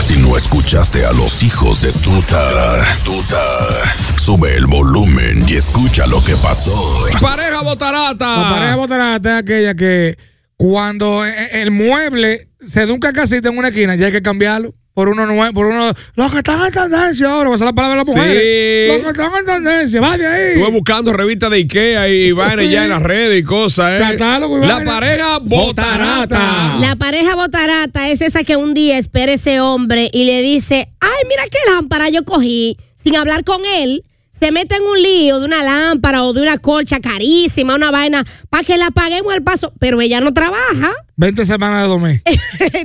Si no escuchaste a los hijos de tuta, tuta, sube el volumen y escucha lo que pasó. Pareja botarata. La pareja botarata es aquella que cuando e- el mueble se da un cacacito en una esquina, ya hay que cambiarlo por uno nuevo, por uno. Los que están en tendencia ahora, vas a la palabra de las mujeres. Sí. Los que están en tendencia, va de Estuve ahí. buscando revistas de Ikea y vaina ya en las redes y cosas, ¿eh? Catálogo y La vaina. pareja botarata. La pareja botarata es esa que un día espera ese hombre y le dice, ay, mira qué lámpara yo cogí, sin hablar con él. Se mete en un lío de una lámpara o de una colcha carísima, una vaina, para que la paguemos al paso, pero ella no trabaja. 20 semanas de dormir.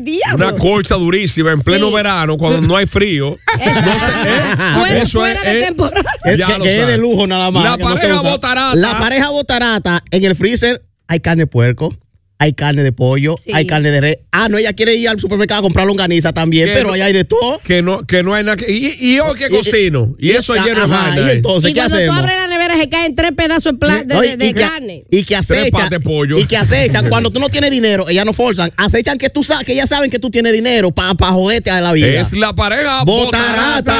Diablo. Una colcha durísima en pleno Sí. Ah, verano cuando no hay frío. No sé, ¿eh? Fuera- Eso fuera es- eh. de es- temporada. Es Ya que, lo que es sabes. de lujo nada más. La que no se pareja usa. botarata. La pareja botarata. En el freezer hay carne de puerco, hay carne de pollo, Sí. hay carne de res. Ah, no, ella quiere ir al supermercado a comprar longaniza también, Que pero no- allá hay de todo. Que no, que no hay nada. que- Y, y yo que Y- y- cocino. Y, eso ayer no es Ajá, vaina. Y ¿eh? entonces, y ¿qué cuando hacemos? tú abres la nevera se caen tres pedazos de, pla- de- Oye, de- de y que- carne. Y que acechan. patas de pollo. Y que acechan. Cuando tú no tienes dinero, ellas no forzan. Acechan que tú sabes, que ellas saben que tú tienes dinero para joderte a la vida. Es la pareja Botarata.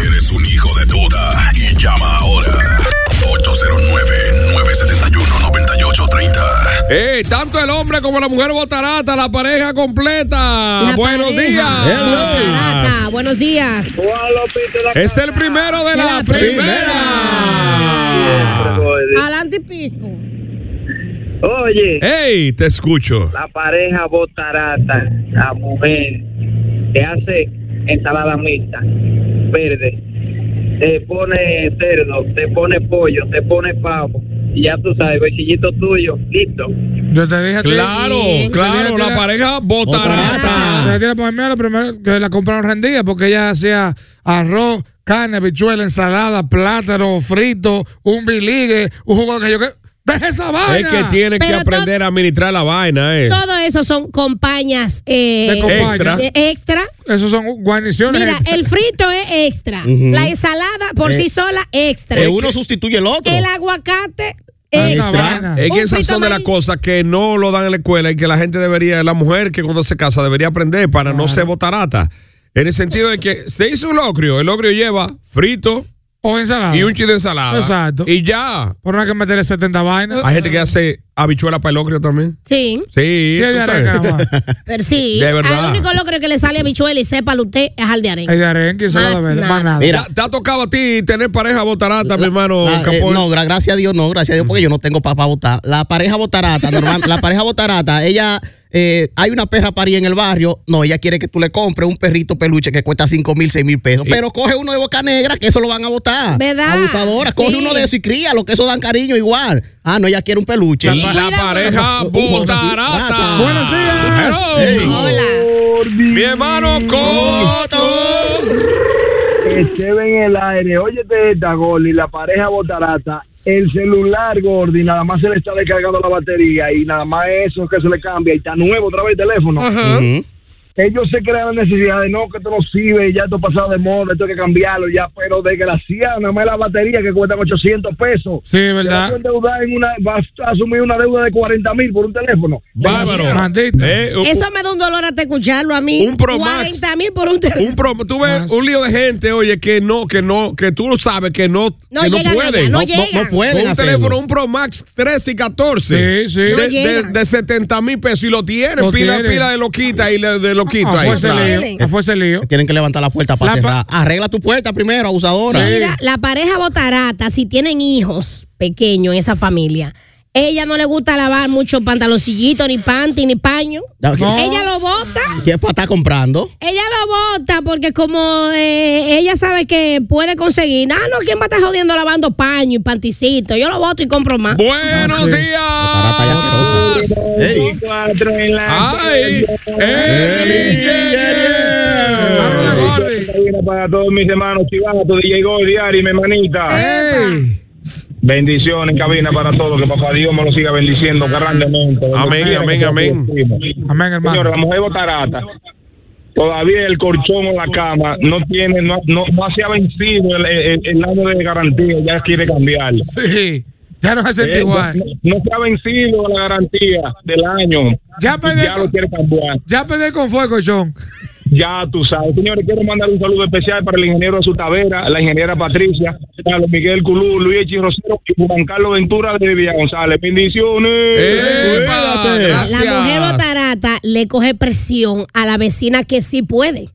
Si eres un hijo de tuta y llama ahora. 809-971-9830. Eh, tanto el hombre como la mujer botarata, la pareja completa. La Ah, Buenos pareja días. Botarata, buenos días. Es el primero de la, la primera. Adelante y pico. Oye, Ey, te escucho. la pareja botarata, la mujer que hace ensalada mixta, verde, te pone cerdo, te pone pollo, te pone pavo, y ya tú sabes, bolsillito tuyo, listo. Yo te dije a ti. Claro, Bien. claro, la pareja botarata. Te dije a ti la primera- lo primero que la compraron rendida porque ella hacía arroz, carne, bichuela, ensalada, plátano, frito, un biligue, un jugo de que yo que. ¡Deja esa vaina! Es que tiene que Pero to- aprender a administrar la vaina, eh. Todo eso son compañías eh, Te acompaña. Extra. eh, extra. Esos son guarniciones. Mira, el frito es extra. Ujú. La ensalada por sí sola, extra. Eh, uno sustituye el otro. El aguacate, Ah, extra. esta vaina. Es Un que esas frito son de las amarillo. cosas que no lo dan en la escuela y que la gente debería, la mujer que cuando se casa debería aprender para no ser botarata. En el sentido de que se hizo un locrio, el locrio lleva frito o ensalada. y un chile de ensalada. Exacto. Y ya. Por no hay que meterle 70 vainas. Hay gente que hace habichuela para el locrio también. Sí, Sí, Y es tú de sabes. arenque nada más. pero sí. De verdad. Al único locro que le sale a bichuela y sepa usted es al de arenque. Es de arenque y ensalada Más verde. Más nada. nada. Mira, Ya, ¿Te ha tocado a ti tener pareja botarata, mi hermano La- eh, Capón? no, gra- gracias a Dios, no, gracias a Dios, porque yo no tengo papá votar. La pareja botarata, normal, la pareja botarata, ella, eh, hay una perra parí en el barrio, no, ella quiere que tú le compres un perrito peluche que cuesta 5 mil, 6 mil pesos, pero coge uno de boca negra, que eso lo van a votar. ¿Verdad? Abusadora, coge Sí. uno de eso y cría, lo que eso dan cariño igual. Ah, no, ella quiere un peluche. La, la Cuidado. pareja botarata. Buenos días. Hello. Hola. Mi hermano Coto. Que lleven el aire, óyete esta Goli, la pareja botarata, el celular Gordy, nada más se le está descargando la batería y nada más eso que se le cambia y está nuevo otra vez el teléfono. Ujú. ellos se crean la necesidad de no, que esto no sirve, ya esto pasado de moda, esto hay que cambiarlo ya, pero desgraciado, nada más la batería que cuesta 800 pesos. Sí, Te vas a ¿verdad? endeudar en una, vas a asumir una deuda de 40 mil por un teléfono. Bárbaro. Maldito. Eh, un- Eso me da un dolor hasta escucharlo a mí. Un Pro Max. 40 mil por un teléfono. un pro- tú ves Más. un lío de gente, oye, que no, que no, que tú sabes que no, No que no llegan pueden. allá, no Con llegan. No pueden un hacerlo. teléfono, un Pro Max 13 y 14. Sí, sí. De, No llegan. de- de 70 mil pesos y lo tienen, Lo pila, tienen. pila de loquita y le- de lo loquito Ah, ahí. fue ese claro. lío. ah, Fue ese lío. Que Tienen que levantar la puerta para La pa- cerrar. Arregla tu puerta primero, abusadora. Mira, la pareja botarata, si tienen hijos pequeños en esa familia, ella no le gusta lavar mucho pantaloncillito, ni panty, ni paño. No. Ya, ¿qué- Ella lo bota. ¿Qué es para estar comprando? Ella lo bota porque como eh, ella sabe que puede conseguir, ah, no, ¿quién va a estar jodiendo lavando paño y panticito? Yo lo voto y compro más. Buenos Ah, sí. Botarata ya días. Ey. Cuatro en la Ay, el ingeniero. Vamos, Gordy. para todos mis hermanos chivatos, DJ Gold, Diari, mi hermanita. Eh, Ey. Bendiciones, cabina para todos. Que papá Dios me lo siga bendiciendo grandemente. Amén, Bendiciones, amén, que amén. Dios primo. Amén, hermano. Señor, la mujer botarata. Todavía el colchón en la cama no tiene, no, no, no se ha vencido el, el, el año de garantía, ya quiere cambiarlo. Sí. Ya no se siente Eh, igual. No, no se ha vencido la garantía del año. Ya Y perdí, ya lo quiere cambiar. ya perdí con fuego, colchón. Ya tú sabes. Señores, quiero mandar un saludo especial para el ingeniero de Sutavera, la ingeniera Patricia, Carlos Miguel Culú, Luis Chirrocero y Juan Carlos Ventura de Villa González. Bendiciones. Epa, Cuídate. gracias. La mujer botarata le coge presión a la vecina que sí puede.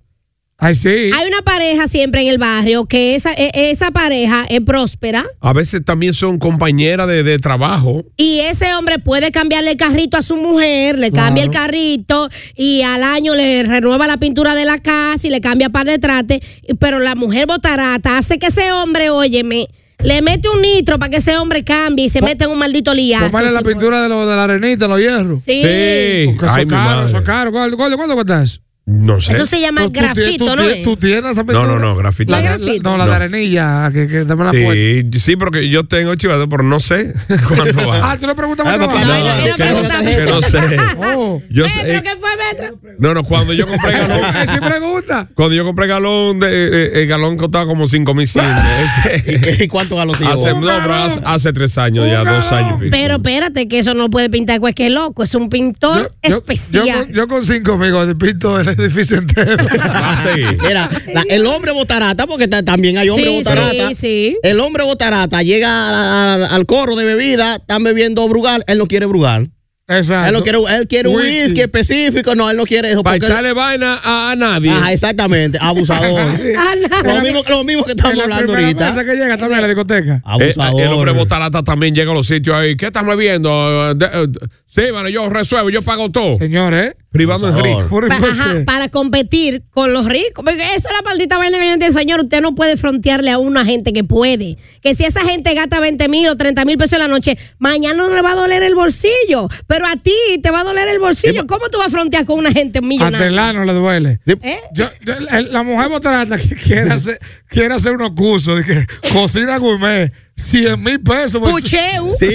Ay, sí. Hay una pareja siempre en el barrio que esa, e- esa pareja es próspera A veces también son compañeras de, de trabajo. y ese hombre puede cambiarle el carrito a su mujer, le cambia el carrito y al año le renueva la pintura de la casa y le cambia par de trate, y- pero la mujer botarata hace que ese hombre, óyeme, le mete un nitro para que ese hombre cambie y se mete en un maldito liazo. Póngale Pues la Sí, pintura de, lo, de la arenita, los hierros. Sí. Porque eso Ay, es mi caro, madre. eso es caro. ¿Cuál- cuál- ¿Cuánto cuesta eso? No sé. Eso se llama Tú- tú tie- grafito, tú ¿no? tie- es? ¿Tú tienes esa pintura? no, no, grafito. La, ¿La la- grafito? no, la No. de arenilla, que, que dame la puerta. Sí, sí, porque yo tengo chivado, pero no sé cuánto Ah, va. tú le preguntas Ah, cuánto papá, vale. no, no, que, no, no, no, que no. no sé. Oh. Yo ¿Metro? sé- ¿Qué fue metro? no, no, cuando yo compré galón, Ay, sí pregunta. cuando yo compré galón, de, eh, el galón costaba como 5.100. ¿Y, Ese- qué- y cuánto galón se hace, llevó? no, pero hace, hace tres años ya, dos años. y pico. Pero espérate, que eso no lo puede pintar cualquier loco, es un pintor especial. Yo, con- yo con cinco amigos pinto el edificio entero. Va a seguir. Mira, la- el hombre botarata, porque ta- también hay hombre Sí, botarata. sí, sí. El hombre botarata llega a- a- al corro de bebida, están bebiendo brugal, él no quiere brugal. Exacto. Él, no quiere, él quiere un Whisky. whisky específico, no, él no quiere eso. Para porque- echarle vaina a, a nadie. Ajá, exactamente, abusador. Ah, no. lo, mismo, lo mismo que estamos En la hablando primera ahorita. Ah. mesa que llega también a la discoteca. Eh, Abusador. el hombre botarata también llega a los sitios ahí. ¿Qué estás bebiendo? De- eh, de- Sí, bueno, yo resuelvo, yo pago todo. Señores, Privando a Abusador. Enrique. por Pa- favor. ajá, para competir con los ricos. Porque esa es la maldita vaina que yo entiendo, señor. Usted no puede frontearle a una gente que puede. Que si esa gente gasta 20 mil o 30 mil pesos en la noche, mañana no le va a doler el bolsillo. Pero a ti te va a doler el bolsillo. ¿Cómo tú vas a frontear con una gente Hasta el millonaria? ano le duele. Sí. ¿Eh? Yo, yo- la, la mujer botarata que quiere hacer, quiere hacer unos cursos de que cocina gourmet, 100 mil pesos. pues, Pucheu. Sí.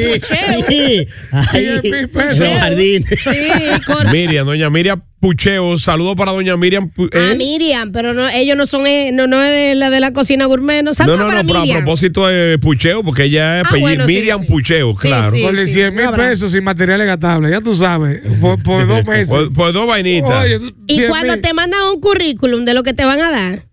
sí. Ay, Diez mil pesos. esos jardines. Sí, cor- Miriam, doña Miriam Pucheo. Saludo para doña Miriam. Pu- Ah, ¿eh? Miriam, pero no, ellos no son, eh, no, no es de la de la cocina gourmet, no No, saludos no, para no, pero a Miriam. propósito de Pucheo, porque ella es Ah, apellido- bueno, sí, Miriam sí. Pucheo, Sí, claro. sí. Por 100 mil un abrazo. pesos sin materiales gastables, ya tú sabes, por, por dos meses. Pues, pues dos vainitas. Oye, tú- Y 100 cuando mil. te mandan un currículum de lo que te van a dar,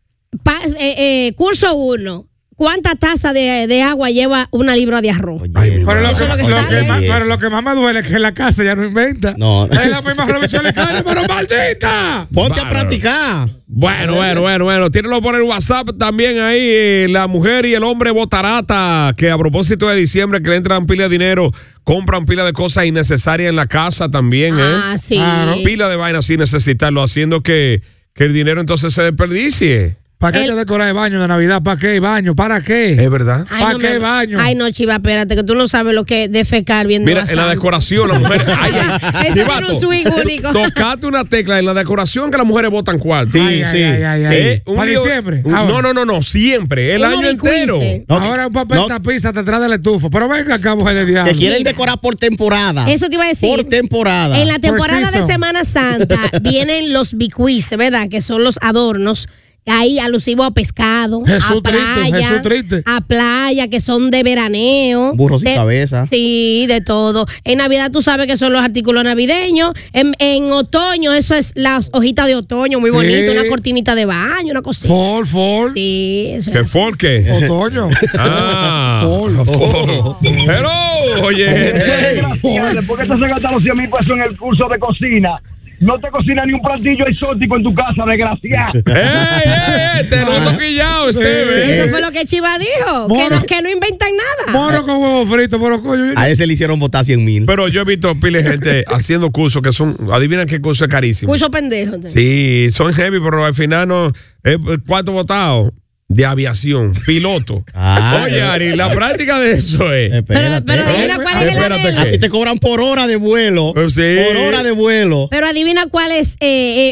pa- eh, eh, curso 1, ¿cuánta taza de, de agua lleva una libra de arroz? Ay, mi Pero lo, madre. Eso es lo que lo sale. que más, Oye, pero eso. lo que más me duele es que en la casa ya no inventa. No. Es la misma revisión de carne, pero maldita. Ponte Bárbaro. a practicar. Bueno, bueno, bueno, bueno. Tírenlo por el WhatsApp también ahí. eh, La mujer y el hombre botarata, que a propósito de diciembre que le entran pila de dinero, compran pila de cosas innecesarias en la casa también, ¿eh? Ah, sí. Claro. Pila de vainas sin necesitarlo, haciendo que, que el dinero entonces se desperdicie. ¿Para qué El- te decorar el baño de Navidad? ¿Para qué baño? ¿Para qué? Es verdad. Ay, ¿pa' no, qué mi amor. baño? Ay, no, Chiva, espérate, que tú no sabes lo que es defecar viendo Mira, a en la Santa. decoración, la mujer. Ay, ay, Ese chivato, tiene un swing único. Tocate una tecla en la decoración que las mujeres botan cuarto. Sí, Ay, ay, sí. ay, ay, ay. Eh, un ¿Para lío- diciembre? un- Ah, no, bueno. no, no, no, siempre, el Uno año de entero. cuice. No, Ahora que- un papel no. tapiza te atrás de la estufa. Pero venga acá, mujer de Que diablo. quieren Ah, Mira. decorar por temporada. Ah. Eso te iba a decir. Por temporada. En la temporada de season. Semana Santa vienen los bicuis, ¿verdad? Que son los adornos. Ahí alusivo a pescado, a Jesús triste, playa, Jesús triste. a playa que son de veraneo, Burro sin De- cabeza. sí, de todo. En Navidad tú sabes que son los artículos navideños, en, en otoño eso es las hojitas de otoño, muy bonito, Sí. una cortinita de baño, una cosita. Ford, Ford, Sí, eso es ¿Qué así. fue qué? otoño. Ah, for. Hello, oye. Después que se gastaron 100 mil pesos en el curso de cocina, No te cocina ni un platillo exótico en tu casa, desgraciado. ¡Ey, ey, ey! Te noto quillado, Esteve. Eso fue lo que Chiva dijo, que Bueno. no, que no inventan nada. Mono con huevo frito, pero coño. yo- A ese le hicieron votar 100 mil. Pero yo he visto pile gente haciendo cursos que son, adivina qué curso es carísimo. Mucho pendejo. Sí, son heavy, pero al final no. eh, ¿Cuánto votado? De aviación, piloto. Ah, Oye, eh. Ari, la práctica de eso es. Pero, Espérate. pero adivina ¿Eh? cuál es el Espérate, anhelo. ¿qué? A ti te cobran por hora de vuelo. Eh, sí. Por hora de vuelo. Pero adivina cuál es eh,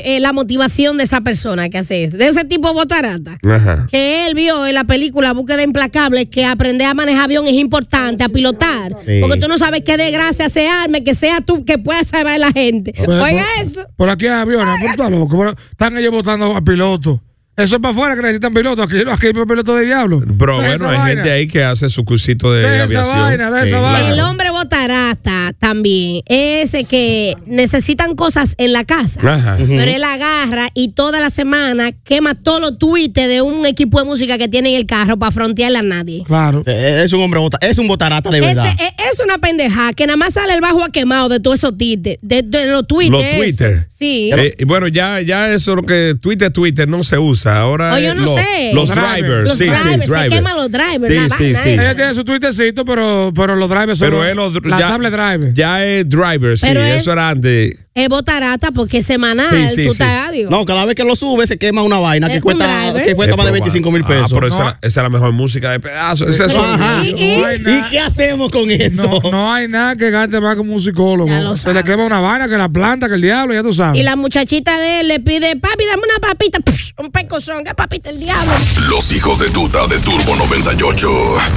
eh, eh, la motivación de esa persona que hace eso. De ese tipo botarata. Ajá. Que él vio en la película Búsqueda Implacable que aprender a manejar avión es importante, a pilotar. Sí. Porque tú no sabes qué desgracia se arme, que sea tú que puedas salvar la gente. Pero- Oiga por- eso. Por aquí hay aviones, por todo loco. pero están ellos votando a pilotos. Eso es para afuera que necesitan pilotos. Aquí, aquí hay pilotos de diablo. Pero Deja bueno, esa hay vaina. gente ahí que hace su cursito de, Deja esa aviación. vaina, deja Sí, esa claro. vaina. El hombre botarata también. Ese que necesitan cosas en la casa. Ajá. Pero él agarra y toda la semana quema todos los tweets de un equipo de música que tiene en el carro para frontearle a nadie. Claro. Eh, Es un hombre bota- es un botarata de Ese, verdad. e- es una pendeja que nada más sale el bajo a quemado de todos esos tweets, de, de los tweets. Los Twitter. Sí. Eh, y bueno, ya, ya eso lo que Twitter, Twitter no se usa. Ahora Oh, yo eh, no los, sé. los Los drivers. los sí, sí, drivers, se drivers. queman los drivers. la Sí, sí, vaina sí. esa. Ella tiene su twittercito, pero, pero los drivers son. Pero es los, la ya, tablet driver. Ya es driver, sí. Pero es- eso era antes. Es botarata porque es semanal. Sí, sí, tú sí. estás, adiós. No, cada vez que lo sube se quema una vaina Es que un cuesta, driver. que cuesta Eh, más de pero 25 mil ah, pesos. pero esa, No. esa es la mejor música de pedazos. Ese es Pero- un- Ajá. ¿Y- y- No hay ¿Y nada- qué hacemos con eso? No, no hay nada que gaste más como un Ya lo psicólogo. Se sabe. le quema una vaina que la planta, que el diablo, ya tú sabes. Y la muchachita de él le pide, papi, dame una papita, Psh, un pecozón, que papita el diablo. Los hijos de tuta de Turbo 98.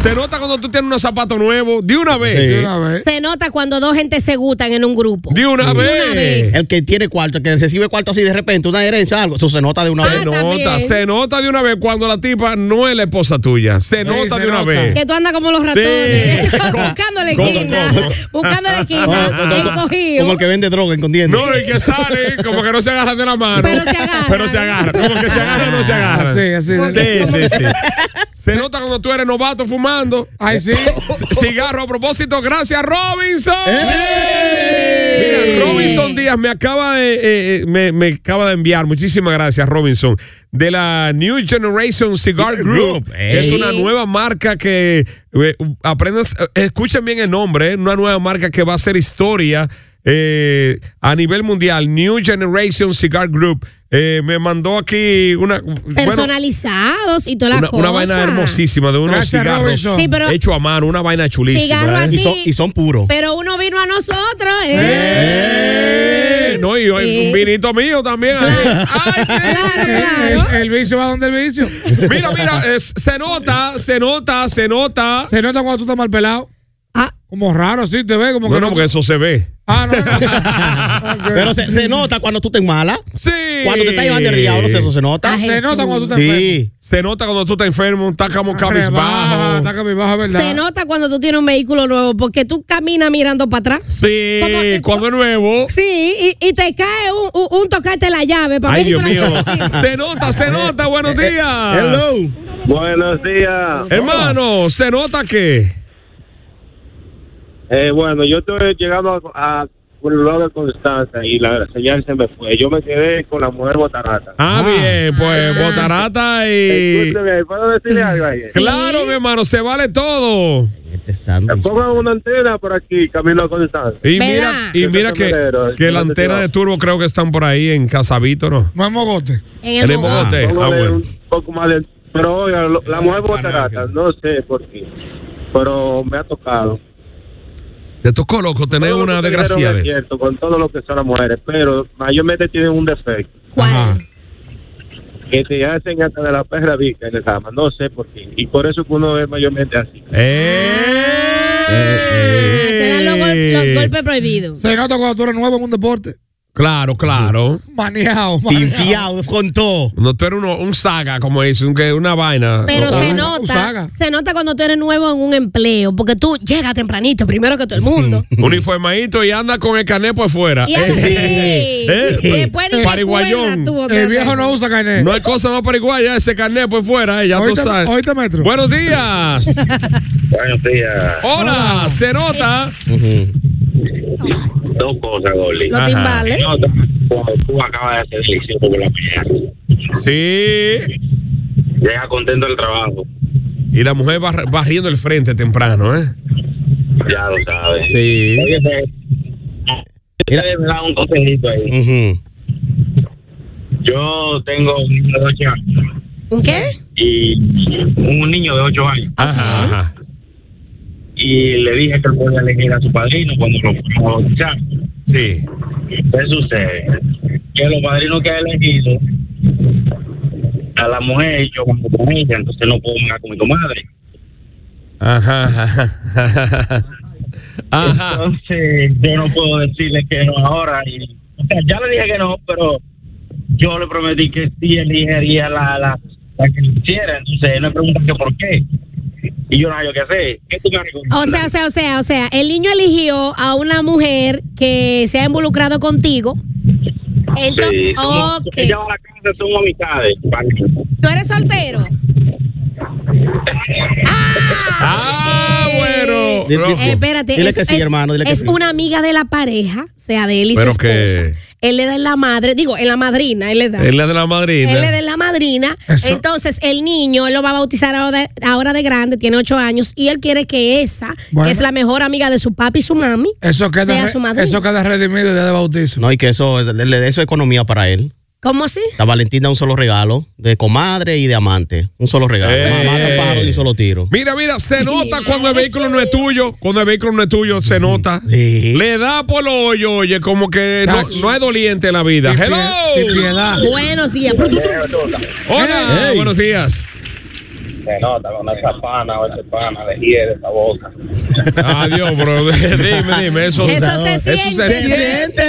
Te nota cuando tú tienes unos zapatos nuevos. De una De vez. una vez. Se nota cuando dos gente se gustan en un grupo. De una vez. El que tiene cuarto, el que recibe cuarto así de repente, una herencia, algo, eso se nota de una Ah, Se vez. nota, también. se nota de una vez cuando la tipa no es la esposa tuya. Se nota se de una nota. vez. Que tú andas como los ratones, Sí. buscando la ¿Cómo, esquina, cómo? Ah, buscando la esquina, No, no, no, el no, cogido. como el que vende droga, escondiendo. No, y que sale, como que no se agarran de la mano. Pero se agarran. Pero se agarran. Como que se agarran no se agarran. Así, así. Sí, sí, sí. Se nota cuando tú eres novato fumando. Ay, sí. Cigarro a propósito, gracias Robinson. Mira, Robinson Díaz me acaba de eh, eh, me, me acaba de enviar, muchísimas gracias Robinson, de la New Generation Cigar Group. que Es Ey. una nueva marca que eh, aprendas, eh, escuchen bien el nombre, eh, una nueva marca que va a hacer historia. eh, a nivel mundial, New Generation Cigar Group eh, me mandó aquí una bueno, Personalizados y toda la una, cosa. una vaina hermosísima de unos Gracias, cigarros Robinson. Sí, pero- hecho a mano, una vaina chulísima. Cigarro ¿eh? a Y son, ti. y son puros. Pero uno vino a nosotros, ¡Eh! ¿eh? No, y hoy Sí. un vinito mío también. Ay, sí. Claro, El, claro. el vicio va donde el vicio. Mira, mira, es- se nota, se nota, se nota. Se nota cuando tú estás mal pelado. Ah. Como raro, sí, te ve como No, que. no, porque eso se ve. Ah, no, no. Pero se, se nota cuando tú te mala. Sí. Cuando te está llevando el diablo, eso se nota. Ah, Se nota cuando tú estás enfermo. Sí. Se nota cuando tú estás enfermo, estás como Rebaja, cabizbajo. Está cabizbajo, es ¿verdad? Se nota cuando tú tienes un vehículo nuevo porque tú caminas mirando para atrás. Sí, cuando es nuevo. Sí, y, y te cae un, un, un tocarte la llave para Ay, ver si Dios tú la mío. Eh, conoces. Se nota, se nota. Buenos días. Hello. Buenos días. Hermano, se nota que. Eh, bueno, yo estoy llegando a, a por el lado de Constanza y la señal se me fue. Yo me quedé con la mujer botarata. Ah, bien, pues botarata y. Escúchame, Eh, ¿puedo decirle algo ahí? Claro, mi hermano, se vale todo. Este sándwich. Pongan una antena por aquí, camino a Constanza. Y mira, ¿Verdad? y Yo mira soy que, camionero, que yo la no te antena llevo. de turbo creo que están por ahí en Casabito, ¿no? No es mogote. En el Tenemos bote. mogote. Ah, Póngale bueno. un poco más de... Pero oiga, lo- la mujer botarata, no sé por qué, pero me ha tocado. Te tocó, loco, tener Todo lo una que dijeron desgracia es de cierto, con todo lo que son las mujeres, pero mayormente tienen un defecto. ¿Cuál? Que te hacen hasta de la perra rica en el cama, no sé por qué. Y por eso que uno es mayormente así. Eh. Ah, Te dan los, gol- los golpes prohibidos. Se nota cuando tú eres nuevo en un deporte. Claro, claro. Maneado, maneado. Tintiado, con todo. No, tú eres uno, un saga, como dice, un, que- una vaina. Pero No, se saga, nota, saga. se nota cuando tú eres nuevo en un empleo, porque tú llegas tempranito, primero que todo el mundo. Uniformadito y anda con el cané por fuera. Y ahora sí. Eh, Después pues, ni te Pariguayón. acuerdas tú, El viejo no usa carnet. No hay cosa más pariguaya, ese cané por fuera, eh, ya tú Ahorita- sabes. ahorita metro. Buenos días. Buenos días. Hola, se nota. Dos cosas, Goli. Los timbales. Y otra, cuando tú acabas de hacer elección por la mañana, Sí. llega contento del trabajo. Y la mujer barr- barriendo el frente temprano, ¿eh? Ya lo sabes. Sí. Oye, Fer, Mira. te voy a dar un consejito ahí. Ujú. Yo tengo un niño de 8 años ¿Un qué? y un niño de 8 años Ajá, ajá. y le dije que él podía elegir a su padrino cuando lo fuimos a bautizar. Sí. ¿Qué sucede? Que los padrinos que ha elegido a la mujer yo cuando con ella, entonces no puedo más con mi comadre. Ajá, ajá. Ajá. Entonces yo no puedo decirle que no ahora. Y, o sea, ya le dije que no, pero yo le prometí que sí elegiría la, la, la que quisiera. Entonces él me pregunta que por qué. Y yo no sé qué hacer. ¿Qué tú me recomiendas? O sea, o sea, o sea, o sea, el niño eligió a una mujer que se ha involucrado contigo. Entonces, Sí, somos- ok. ella va a la casa, somos amistades. vale. ¿Tú eres soltero? Ah, bueno. Dile- loco. Eh, espérate, Dile es, que sí, es- hermano, dile que es sí. una amiga de la pareja, o sea, de él y Pero su esposa. que- Él le da en la madre, digo, en la madrina, él le da. Es la de la Madrid. Él le da en la madrina. Eso- Entonces, el niño, él lo va a bautizar ahora de, ahora de grande, tiene ocho años, y él quiere que esa, Bueno. Eh. que es la mejor amiga de su papi y su mami, Eso sea queda, su re- madrina. eso queda redimido desde el bautizo. No, y que eso, es- le- le- eso es economía para él. ¿Cómo así? La Valentina un solo regalo, de comadre y de amante. Un solo regalo. Eh. Madre, pájaro y un solo tiro. Mira, mira, se nota cuando el vehículo no es tuyo. Cuando el vehículo no es tuyo, se nota. Sí. Le da por lo hoyo, oye, como que no, Tacho. no es doliente en la vida. Sin, Hello. pie- sin piedad. Buenos días. Hola, Hey. buenos días. Se nota con esa pana o ese pana de hiel, esa boca. Adiós, bro. dime, dime. Eso, Eso se Eso se siente. siente.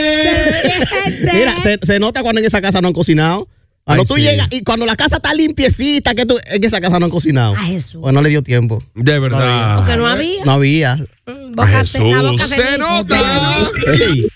Mira, se, se nota cuando en esa casa no han cocinado. Cuando Ay, tú sí. llegas y cuando la casa está limpiecita, que tú, en esa casa no han cocinado. A Jesús. Pues no le dio tiempo. De verdad. Porque no había. No había. ¿eh? Boca Jesús, se- Pues, la boca se feliz. nota. Ey.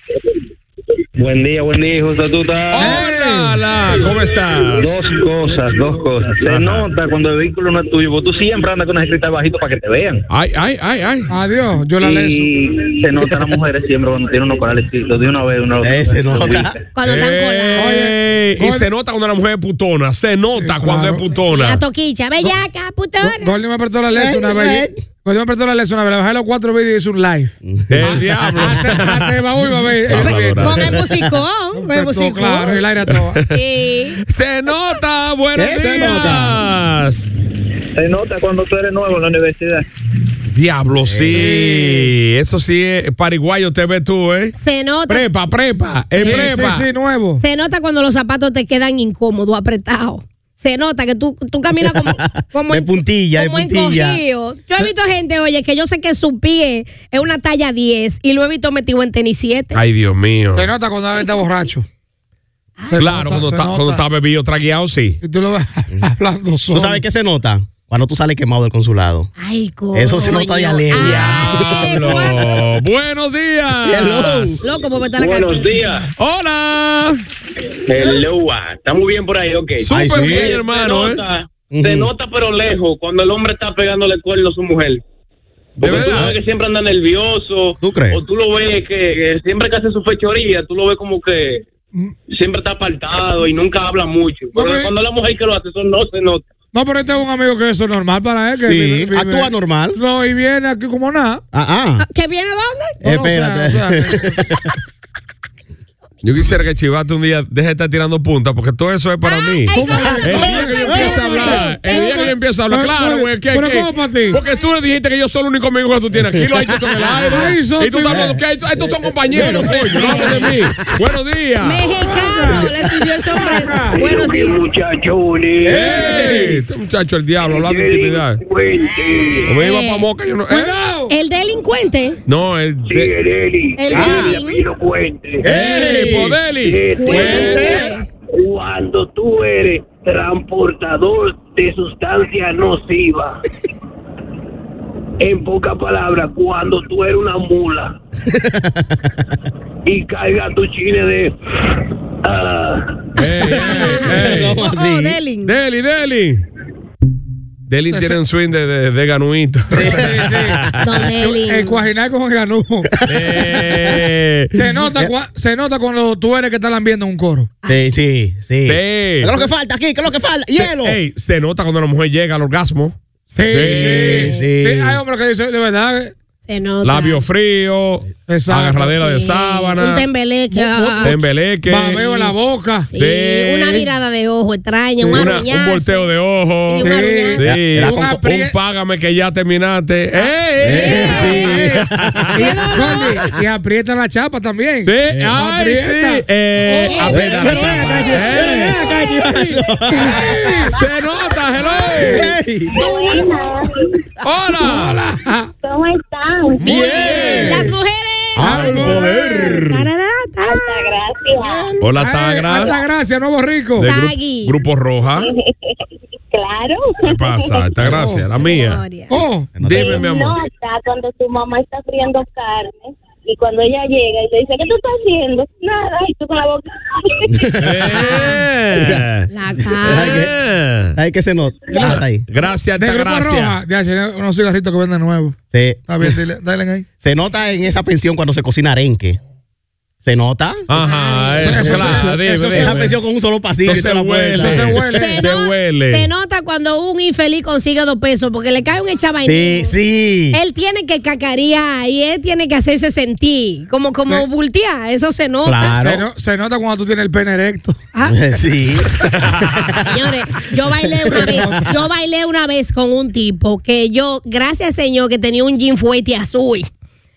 Buen día, buen día, José Tuta. Hola, la, ¿cómo estás? Dos cosas, dos cosas. Se Ajá. nota cuando el vehículo no es tuyo, porque tú siempre andas con las escritas bajito para que te vean. Ay, ay, ay, ay. Adiós, yo la lezo. Y se nota las mujeres siempre cuando tienen unos corales de una vez, una Eh, se nota. Cuando están Eh, colados. Ey, Oye, y Gol- se nota cuando la mujer es putona. Se nota Sí, cuando claro. es putona. La toquicha, Go- bellaca, putona. Goldie me apretó la leso Ey, una vez. ey. Goldie me apretó la leso una vez. Le bajé los cuatro vídeos y hice un live. Ah, El diablo. Hasta ah, va uy, va a ver. Habladora. Con el musicón, con el Todo musicón. Claro, y la aire toda. Sí. Se nota, buenos ¿Qué días. se Se nota cuando tú eres nuevo en la universidad. Diablo, sí. Eso sí es pariguayo, te ves tú, ¿eh? Se nota. Prepa, prepa, es Sí, prepa. sí, sí, nuevo. Se nota cuando los zapatos te quedan incómodos, apretados. Se nota que tú, tú caminas como, como De puntilla, de como puntilla. encogido. Yo he visto gente, oye, que yo sé que su pie es una talla 10 y lo he visto metido en tenis 7. Ay, Dios mío. Se nota cuando alguien está borracho. Se Claro, nota, cuando se está, cuando nota. está bebido, tragueado, sí. Y tú lo ves hablando solo. ¿Tú sabes qué se nota? Cuando tú sales quemado del consulado. Ay, coño. Eso se nota de alegría. Ay, Diablo. guaso. Buenos Ah. Hello. días. Loco, ¿cómo está la Buenos carpeta? días. Hola. Hello. Estamos bien por ahí, ok. Ay, Súper sí. bien, hermano, se ¿eh? nota, Ujú. se nota, pero lejos, cuando el hombre está pegándole cuerno a su mujer. De Porque tú verdad. sabes que siempre anda nervioso. ¿Tú crees? O tú lo ves que, que siempre que hace su fechoría, tú lo ves como que Mm. siempre está apartado y nunca habla mucho. No, Pero pero- cuando la mujer que lo hace, eso no se nota. No, pero este es un amigo que eso es normal para él. Que Sí, actúa normal. No, y viene aquí como nada. Ah, ah. ¿Que viene No, dónde? no, o sea, Espérate. o sea, Yo quisiera que Chivate un día deje de estar tirando punta, porque todo eso es Ah, para mí. ¿cómo el te- día que yo cómo empiece a te- hablar, Ah, el cómo día que te- yo empiece a hablar, Pero- claro, pero- güey. que- pero que- ¿cómo para ti? Porque tú le dijiste que yo soy el único amigo que tú tienes aquí, lo has dicho tú en el aire. Ay, Y tú son estás tú- hablando que estos- estos son compañeros, coño, no hables de mí. Buenos días. Mexicano, le subió el sombrero. Buenos días. muchachones. ¡Ey! Este muchacho, el diablo, hablando de intimidad. Como iba pa' Moca, yo no. ¿eh? Cuidado. El delincuente. No, el. de- El delin- ¡Ey, pues, Podeli! Cuente. Cuando tú eres transportador de sustancia nociva. En pocas palabras, cuando tú eres una mula y carga tu chile de... ah, ¡Ey, ey, ey! ¿Cómo así? Oh, Delin. Deli, Deli. Delin tiene un swing de, de, de ganuito. Don Eli. El cuajinal con el ganú. Eh, Se nota, cua- se nota cuando tú eres que están viendo en un coro. Sí, sí, sí. ¿Qué eh. es lo que falta aquí? ¿Qué es lo que falta? ¡Hielo! Ey, se nota cuando la mujer llega al orgasmo. Sí, sí. sí. Sí, Hay hombres que dicen, de verdad, eh, Se nota. Labio frío, Exacto. agarradera de Sí. sábana, Un tembeleque. ah, tembeleque, babeo en la boca. sí, de- Una mirada de ojo extraña, un una- un arruñazo. volteo de ojo, Sí, un arruñazo. sí, Era un, Ah, con- un págame que ya terminaste. ¡Ey! Eh, sí. ¡Qué dolor! Coño, Y aprieta la chapa también. Sí, ay, sí. Eh, Oye, aprieta la pero ven chapa. acá, yo- Eh. Se nota, hello. Ey. Hola. ¿Cómo están? Bien. Las mujeres. Ah, ¡Al poder! Tarará, tarará. Gracias. Eh, Hola, Alta Tagra. gracia, nuevo rico. De Gru- Tagui. Grupo Roja. Claro. ¿Qué pasa? Altagracia, la mía. Gloria. Oh, Dime, mi amor. Nota cuando tu mamá está friendo carne y cuando ella llega y te dice, ¿qué tú estás haciendo? Nada, y tú con la boca. Eh. La cara. Eh. Ahí que se nota. Hasta ahí. Gracias, de Grupo Roja. Altagracia. Ya, che, unos cigarritos que venden nuevos. Se, Está bien, dile, dale ahí. se nota en esa pensión cuando se cocina arenque. ¿Se nota? Ajá, eso, Eso se- Ah, eh, claro. Dime, eso se- dime. esa pensión con un solo pasillo. Eso y se toda la huele. puerta. Eso se huele. Se Se, no- huele. se nota cuando un infeliz consigue dos pesos porque le cae un echabainito. Sí, sí. Él tiene que cacarear y él tiene que hacerse sentir, como como Sí. bultear, eso se nota. Claro. Se, no- se nota cuando tú tienes el pene erecto. Ah, Sí. señores, yo bailé una vez, yo bailé una vez con un tipo que yo, gracias señor, que tenía un jean fuete azul,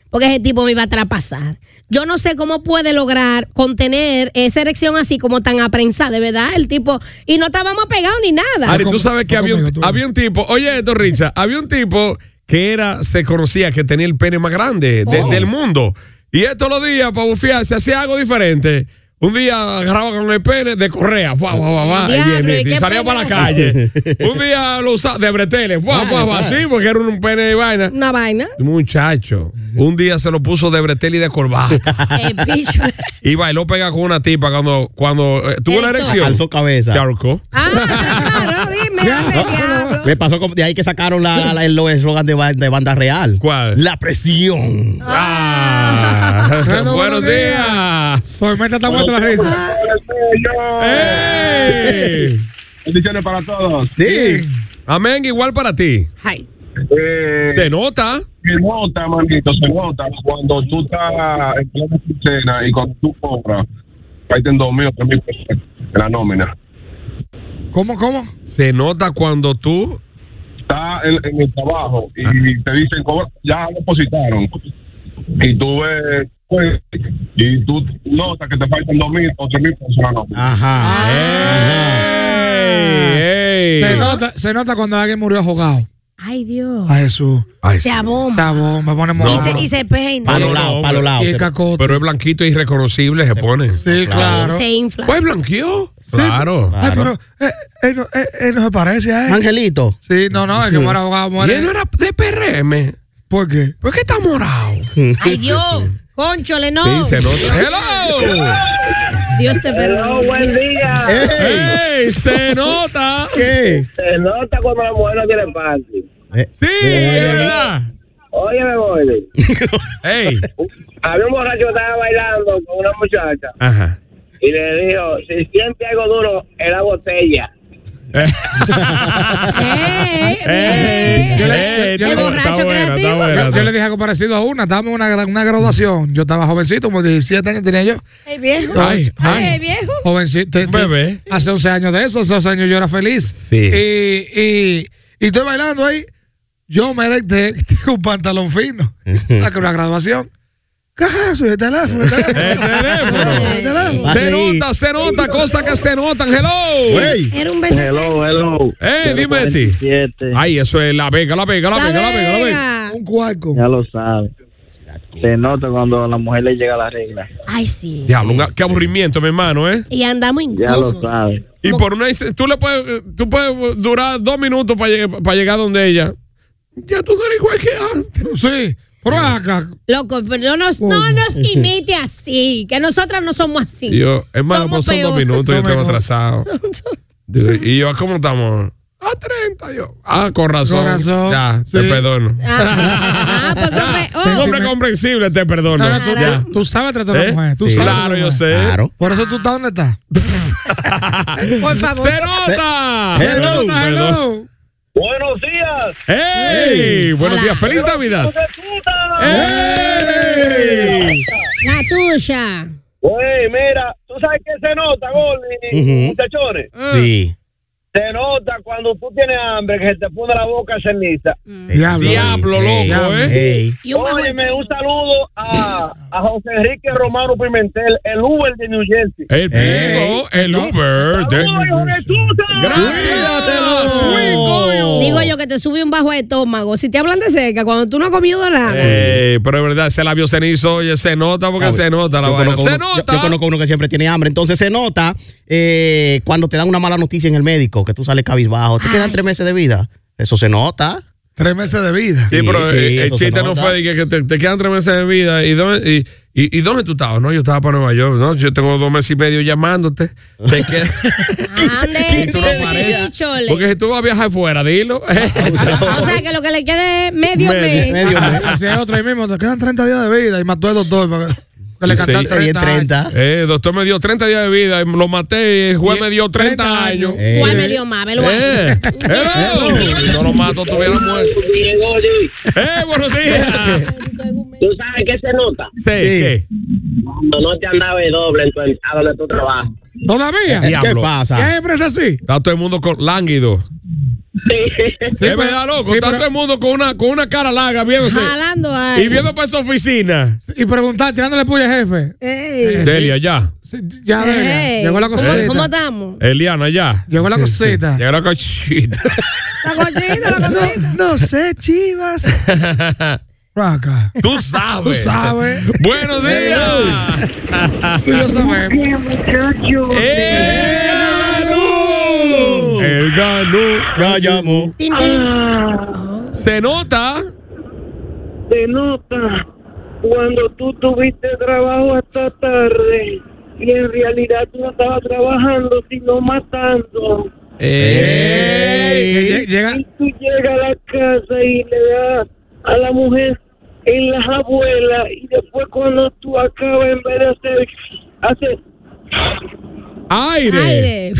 porque ese tipo me iba a traspasar. Yo no sé cómo puede lograr contener esa erección así como tan aprensada, de verdad, el tipo, y no estábamos pegados ni nada. Ari, tú Fue sabes que conmigo, había un, tú. había un tipo, oye esto, Richa, había un tipo que era, se conocía que tenía el pene más grande de- Oh. del mundo. Y esto los días, para bufiar, se hacía algo diferente. Un día agarraba con el pene de correa, fuá, fuá, fuá, fuá, Diablo, y, viene, ¿y y qué salía pene? para la calle. un día lo usaba de breteles, fuá, fuá, fuá, así, porque era un pene de vaina. Una vaina. Muchacho, un día se lo puso de bretel y de corbata. El bicho. y bailó pega con una tipa cuando, cuando eh, tuvo una Erecto. erección. Alzó cabeza. Se ahorcó. Ah, pero claro, dime, ande, diablo. Me pasó como- de ahí que sacaron la, la- el eslogan de, ba- de banda real. ¿Cuál? La presión. Ah, Bueno, buenos buenos días. Soy meta está muerta la risa. ¡Ey! Bendiciones para todos. Sí. Amén, igual para ti. Ay, Eh, Se nota. se nota, manito, se nota. Cuando tú estás en plena quincena y cuando tú cobras, ahí ten dos mil o tres mil pesos en la nómina. ¿Cómo, cómo? Se nota cuando tú. Está en, en el trabajo y te dicen, cobra, ya depositaron. Y tú ves, pues, y tú notas que te faltan dos mil o tres mil pesos en la Ah. nómina. Ajá. ¡Ey! Ah. Se ¡Ey! nota, se nota cuando alguien murió ahogado. ay, Dios. A Jesús. Ay, Se sí. abomba. Sabón, me pone y, morado. se, y se peina. Para los no, lados, no, para los Y lados. el cacote. Pero es blanquito e irreconocible, se pone. Sí, claro. Se infla. Pues blanqueó. Claro. Ay, pero eh, él, no- eh, él no se parece a él. Angelito. Sí, no, no, el que muere ahogado Y él no muere. era de PRM. ¿Por qué? ¿Por qué Pues está morado? Ay, Dios. Conchole, no. Sí, se nota. ¡Hello! Dios te perdone. Oh, buen Eh. día. ¡Ey! ¡Se nota! ¿Qué? Se nota cuando la mujer no tiene panty. Eh, Sí, es verdad. Oye, me voy. ¡Ey! Había un borracho que estaba bailando con una muchacha Ajá. y le dijo, si siente algo duro, es la botella. Eh, Ey, eh. yo Eh, le- yo qué le- borracho está buena, creativo. está buena. Yo le dije algo parecido a una. Estábamos en una, gra- una graduación. Yo estaba jovencito, como 17 años tenía yo. Ay, viejo. Ay, Ay, ay. viejo. Jovencito. te- te- Bebé. Hace 11 años de eso. Hace 11 años yo era feliz. Sí. Y, y, y estoy bailando ahí. Yo me erecté un pantalón fino. Saqué una graduación. ¿Qué es eso? Y El teléfono. El El teléfono. El teléfono. teléfono. Se Ahí. nota, se nota, cosas que se notan. Hello. Güey. Era un beso. seco. Oh, hello. Eh, dime Ah. de ti. Ay, eso es la vega, la vega, la vega, la vega, la vega. Un cuarco. Ya lo sabe. Se nota cuando a la mujer le llega la regla. Ay, sí. Diablo, un- qué aburrimiento, mi hermano, ¿eh? Y andamos Ya lo incómodos. sabe. Y por una tú le puedes, eh, tú puedes durar dos minutos para llegar donde ella. Ya tú no eres igual que antes. Sí. Pero acá. Loco, pero no nos, no nos imite así. Que nosotras no somos así. Y yo, hermano, pues son dos peor. minutos, yo Dos tengo minutos. atrasado. Digo, Y yo, ¿cómo estamos? a 30. Yo, ah, con razón. Con razón, Ya, te sí. perdono. Ah, porque Un hombre comprensible, te perdono. No, no, tú, Ya. tú sabes tratar a ¿Eh? una mujer. Tú Sí. sabes Claro, tratar a una yo sé. Ah, Claro. Por eso tú estás donde estás. Por favor. ¡Cerota! Hello. Perdón. Hello. Buenos días. ¡Ey! Buenos Hola. días, feliz Navidad. ¿Eh? ¡Ey! La tuya. Güey, mira, tú sabes que se nota, Goldie, Ujú. muchachones. Sí. Se nota cuando tú tienes hambre que se te pone la boca ceniza. Diablo. Diablo, Ey, loco, ey, ¿eh? ey. Y un bajo- Óyeme, un saludo a, a José Enrique Romano Pimentel, el Uber de New Jersey. El pico, el Uber. de- Gracias, Swing, coño. Digo yo que te sube un bajo de estómago. Si te hablan de cerca, cuando tú no has comido nada. Ey, pero es verdad, ese labio cenizo, oye, se nota porque Ah, se nota la yo vaina. conozco Se uno- yo- nota. Yo, conozco uno que siempre tiene hambre. Entonces se nota eh, cuando te dan una mala noticia en el médico, que tú sales cabizbajo, te quedan tres meses de vida. Eso se nota. Ah, Tres meses de vida. Sí, Sí, pero eh, sí, el, el eso se chiste no nota. fue de que, que te, te quedan tres meses de vida. ¿Y dónde, y, y- y dónde tú estabas? No, yo estaba para Nueva York. No, yo tengo dos meses y medio llamándote. Te quedas- Ande, Quince días. sí, chole. porque si tú vas a viajar fuera, dilo. Ah, Ah, O sea, que lo que le quede es medio Medio. mes. Medio mes. Si hay otro ahí mismo, te quedan 30 días de vida y mató el doctor para que- que le Sí. cantaron Ahí en 30. 30. Eh, doctor me dio 30 días de vida, lo maté y el juez me dio 30, 30 años. años. Eh. ¿Cuál medio más? Velo ahí. hello. Si no lo mato, tuviera muerto. ¡Eh, buenos días! ¿Tú sabes qué se nota? Sí, ¿qué? Cuando no te andaba de doble en tu, a donde tú trabajas. ¿Todavía? ¿Qué Eh, ¿Qué Diablo. pasa? empresa así? Está todo el mundo con lánguido. Sí. es verdad, loco. sí, está pero- todo el mundo con una, con una cara larga viéndose. Jalando Y ahí. viendo para su oficina. Y preguntar, tirándole puya al jefe. Ey. Delia, ya. Sí, Ya, venga. Ey. Llegó la ¿Cómo- cosita. ¿Cómo estamos? Eliana, ya. Llegó la cosita. Llegó la cochita. La cosita, la cosita. No, no sé, chivas. Raca. Tú sabes. Tú sabes. Buenos días. Tú y yo sabemos. ¿Eh? El ganú. El ganú. Ya llamo. Tin, tin. Se nota. Se nota cuando tú tuviste trabajo hasta tarde y en realidad tú no estabas trabajando, sino matando. Lle- Llega. Y tú llegas a la casa y le das a la mujer en las abuelas y después cuando tú acabas en vez de hacer, haces Aire. Aire.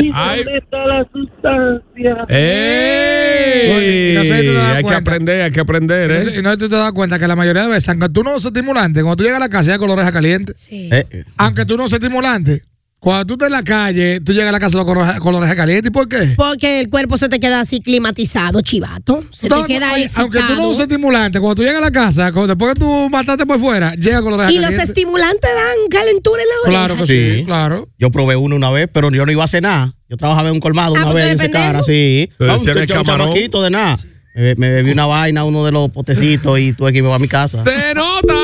¿y Ay. Eh, dónde está la sustancia? ¡Ey! Oye, no sé si tú te das hay que cuenta. aprender, hay que aprender, Entonces, ¿eh? Y no tú te das cuenta que la mayoría de veces, aunque tú no usas estimulante, cuando tú llegas a la casa ya con la oreja caliente, Sí. Eh, aunque tú no usas estimulante, cuando tú estás en la calle, tú llegas a la casa con la oreja- con la oreja caliente. ¿Y por qué? Porque el cuerpo se te queda así climatizado, chivato. Se te Todo- queda oye, excitado. aunque tú no uses estimulante, cuando tú llegas a la casa, cuando- después que tú mataste por fuera, llega con la oreja Y los caliente. estimulantes dan calentura en la oreja. Claro que sí, Sí. claro. Yo probé uno una vez, pero yo no iba a cenar. Yo trabajaba en un colmado Ah, una ¿tú vez en eres pendejo? cara, sí. Ah, Te decían un el chamo- camarón. chamaquito de nada. Me, me bebí una vaina, uno de los potecitos y tuve que irme a mi casa. ¡Se nota!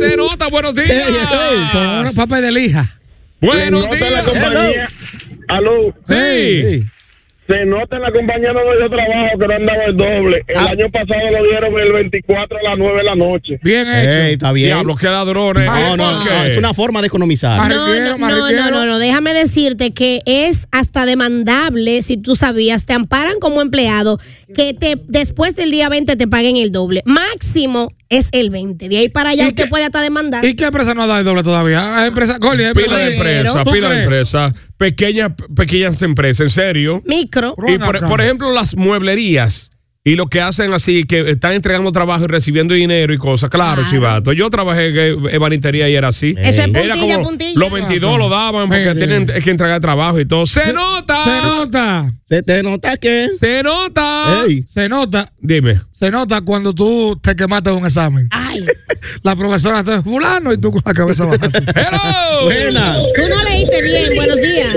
¡Se nota! ¡Buenos días! Ey, ey, Con una papa de lija. ¡Buenos Se nota la días! compañía. Aló. ¡Sí! Se nota en la compañía donde yo trabajo que no andaba el doble. El Ah. año pasado lo dieron el 24 a las 9 de la noche. Bien hecho. Ey, está bien. ¡Diablo, qué ladrones! No, no, no, ¿Por qué? Ah. es una forma de economizar. Ajá. No, Marretiero, no, no, no, marretiero. no, no, déjame decirte que es hasta demandable, si tú sabías, te amparan como empleado, que te después del día 20 te paguen el doble. Máximo es el 20. De ahí para allá ¿Y usted qué- puede hasta demandar. ¿Y qué empresa no ha dado el doble todavía? Ah, Hay empresa, Goli, hay Pila de empresa- empresas, ¿Tú pila de crees? empresas. Pequeñas, pequeñas empresas, en serio. Micro. Y por, acá. por ejemplo, las mueblerías. Y lo que hacen así, que están entregando trabajo y recibiendo dinero y cosas. Claro, Claro. chivato. Yo trabajé en vanitería y era así. Eso es Ey. Era puntilla, como puntilla. los 22 lo daban porque Eh. Mire. tienen que entregar trabajo y todo. ¡Se nota! Se nota, Se te nota que. ¡Se nota! Ey. se nota, Dime. se nota cuando tú te quemaste en un examen. Ay, La profesora te fulano y tú con la cabeza baja. así. ¡Hello! Buenas. tú no leíste bien, buenos días.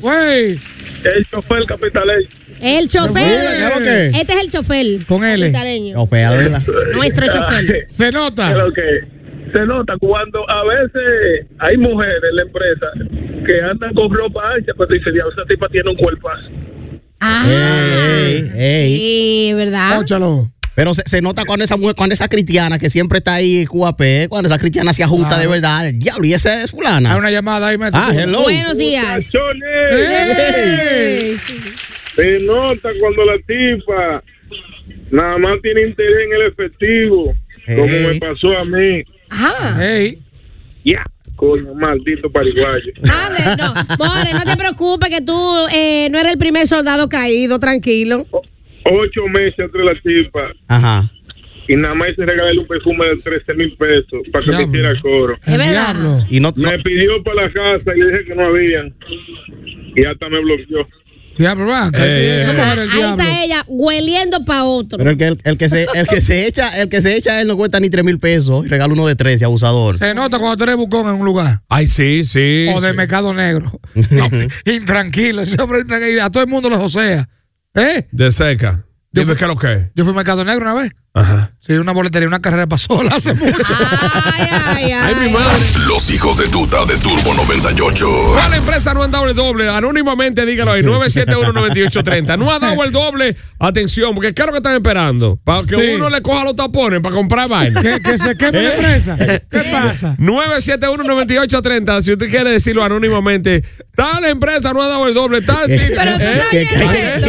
Güey, Güey, el chofer capitalés. El Mira, chofer. claro que. Este es el chofer. Con L. capitaleño. No, fea, ¿verdad? Nuestro chofer. se nota. Creo que se nota cuando a veces hay mujeres en la empresa que andan con ropa ancha, pues dice, diablo, esa tipa tiene un cuerpazo. Ah, Ey, ey. sí, ¿verdad? Óchalo. Pero se, se nota cuando esa mujer, cuando esa cristiana que siempre está ahí, QAP, cuando esa cristiana se ajusta de verdad. El diablo, y esa es Ah, fulana. Ah, Hay una llamada ahí, maestro. Ah, hello. Buenos días. ¡Chole! Ey. Ey, sí. Se nota cuando la tipa nada más tiene interés en el efectivo, como Ey. me pasó a mí. Ya, coño, maldito pariguayo. More, no te preocupes que tú eh, no eres el primer soldado caído, tranquilo. Ocho meses entre la tipa. Ajá. Y nada más se regaló un perfume de 13 mil pesos para que me hiciera coro. Y no, Me pidió para la casa y le dije que no había. Y hasta me bloqueó. Diablo, va. Eh, Ahí está ella, hueliendo para otro. Pero el que, el, el que se, el que se echa, el que se echa, él no cuesta ni 3 mil pesos. Y regala uno de 13, abusador. Se nota cuando tú eres bucón en un lugar. Ay, sí, sí. O de sí. mercado negro. Intranquilo. Ese hombre intranquilo. A todo el mundo le josea. ¿Eh? De seca. Dime qué es lo que es. Yo fui al mercado negro una vez. Ajá. Sí, una boletería, una carrera pasó hace mucho. Los hijos de tuta de Turbo 98. ¿Cuál empresa no han dado el doble? Anónimamente dígalo ahí, 971-9830. No ha dado el doble. Atención, porque ¿qué es lo que están esperando? Para que Sí. uno le coja los tapones para comprar vaina. que, que se queme la ¿Eh? empresa. ¿Qué pasa? 971-9830. Si usted quiere decirlo anónimamente, tal empresa no ha dado el doble, tal sitio. Pero tú ¿Eh? estás viendo.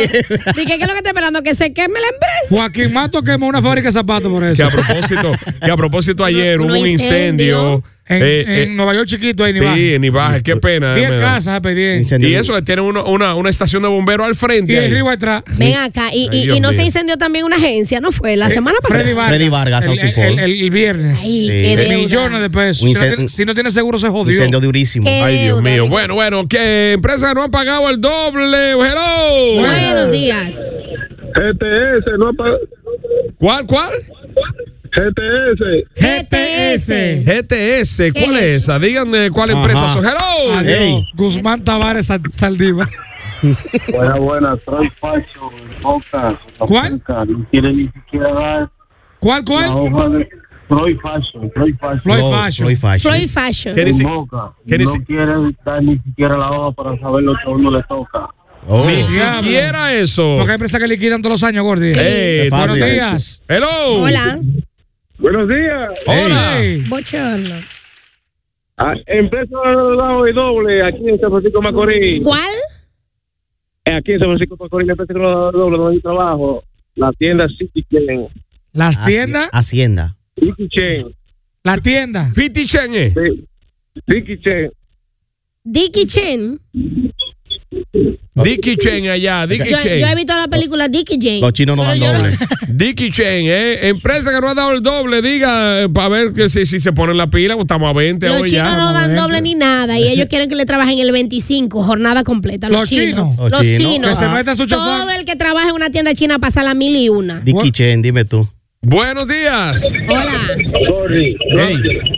Dije, ¿qué es lo que está esperando? Que se queme la empresa. Joaquín Mato quemó una fábrica de zapatos por Que eso. a propósito, que a propósito ayer No, hubo no un incendio. incendio. En, eh, eh, en Nueva York chiquito, ahí ni baja. sí, en Ibaja, qué pena. Diez me da. casas a pedir. Incendio. Y eso, tiene uno- una, una estación de bomberos al frente. Y ahí. el río atrás. Ven acá, y, Ay, y- Dios y no se mío. incendió también una agencia, ¿no fue? La semana Freddy pasada. Vargas. Freddy Vargas, el, Auto el, Paul. el- el viernes. Ay, Sí. qué deuda. Millones de pesos. Un Si no, incen- tiene, si no tiene seguro, se jodió. Incendio durísimo. Qué Ay, Dios deuda, mío. Nico. Bueno, bueno, que empresas no han pagado el doble. Hello. Buenos días. GTS, no apa- ¿Cuál, cuál? GTS. GTS. GTS. ¿Cuál ¿Qué es es? esa? Díganme cuál empresa son. Hello. Adiós. Ey. Guzmán Tavares Sal- Saldívar. Buena, buena, soy Pacho, Boca. ¿Cuál? No quiere ni siquiera dar ¿Cuál, cuál? la hoja de Troy Fashion, Troy Fashion. Floyd Floyd- Fashion. Floyd Fashion. Floyd Fashion. Que ni si- Boca. que ni No si- quiere dar ni siquiera la hoja para saber lo que a uno le toca. Oh. Ni Diablo. siquiera eso. Porque hay empresas que liquidan todos los años, Gordy. Ey, Qué Buenos fácil. días. Hello. Hola. Buenos días. Hola. Ey. Bochorno. Ah, Empresa lado y doble aquí en San Francisco Macorís. ¿Cuál? Eh, Aquí en San Francisco Macorís, la empresa lado y doble donde yo trabajo. La tienda City Chain. Las Ah, Haci- tiendas, Hacienda. City Chain. la tienda. Fiti Chen, eh. sí, City Chain. Dickie Chen. Dicky Chen allá. Dicky Yo, yo he Chen. visto la película Dickie Chen. Los chinos no dan doble. Dicky Chen, eh. Empresa que no ha dado el doble. Diga, para ver que si, si se pone la pila, pues estamos a 20 Los hoy chinos ya. no dan doble ni nada y ellos quieren que le trabajen el 25, jornada completa. Los, Los chinos. chinos. Los Los chinos. chinos. Que se meta su Todo chofer. el que trabaja en una tienda china pasa la mil y una. Dicky Chen, dime tú. Buenos días. Hola. Gordy, Ey,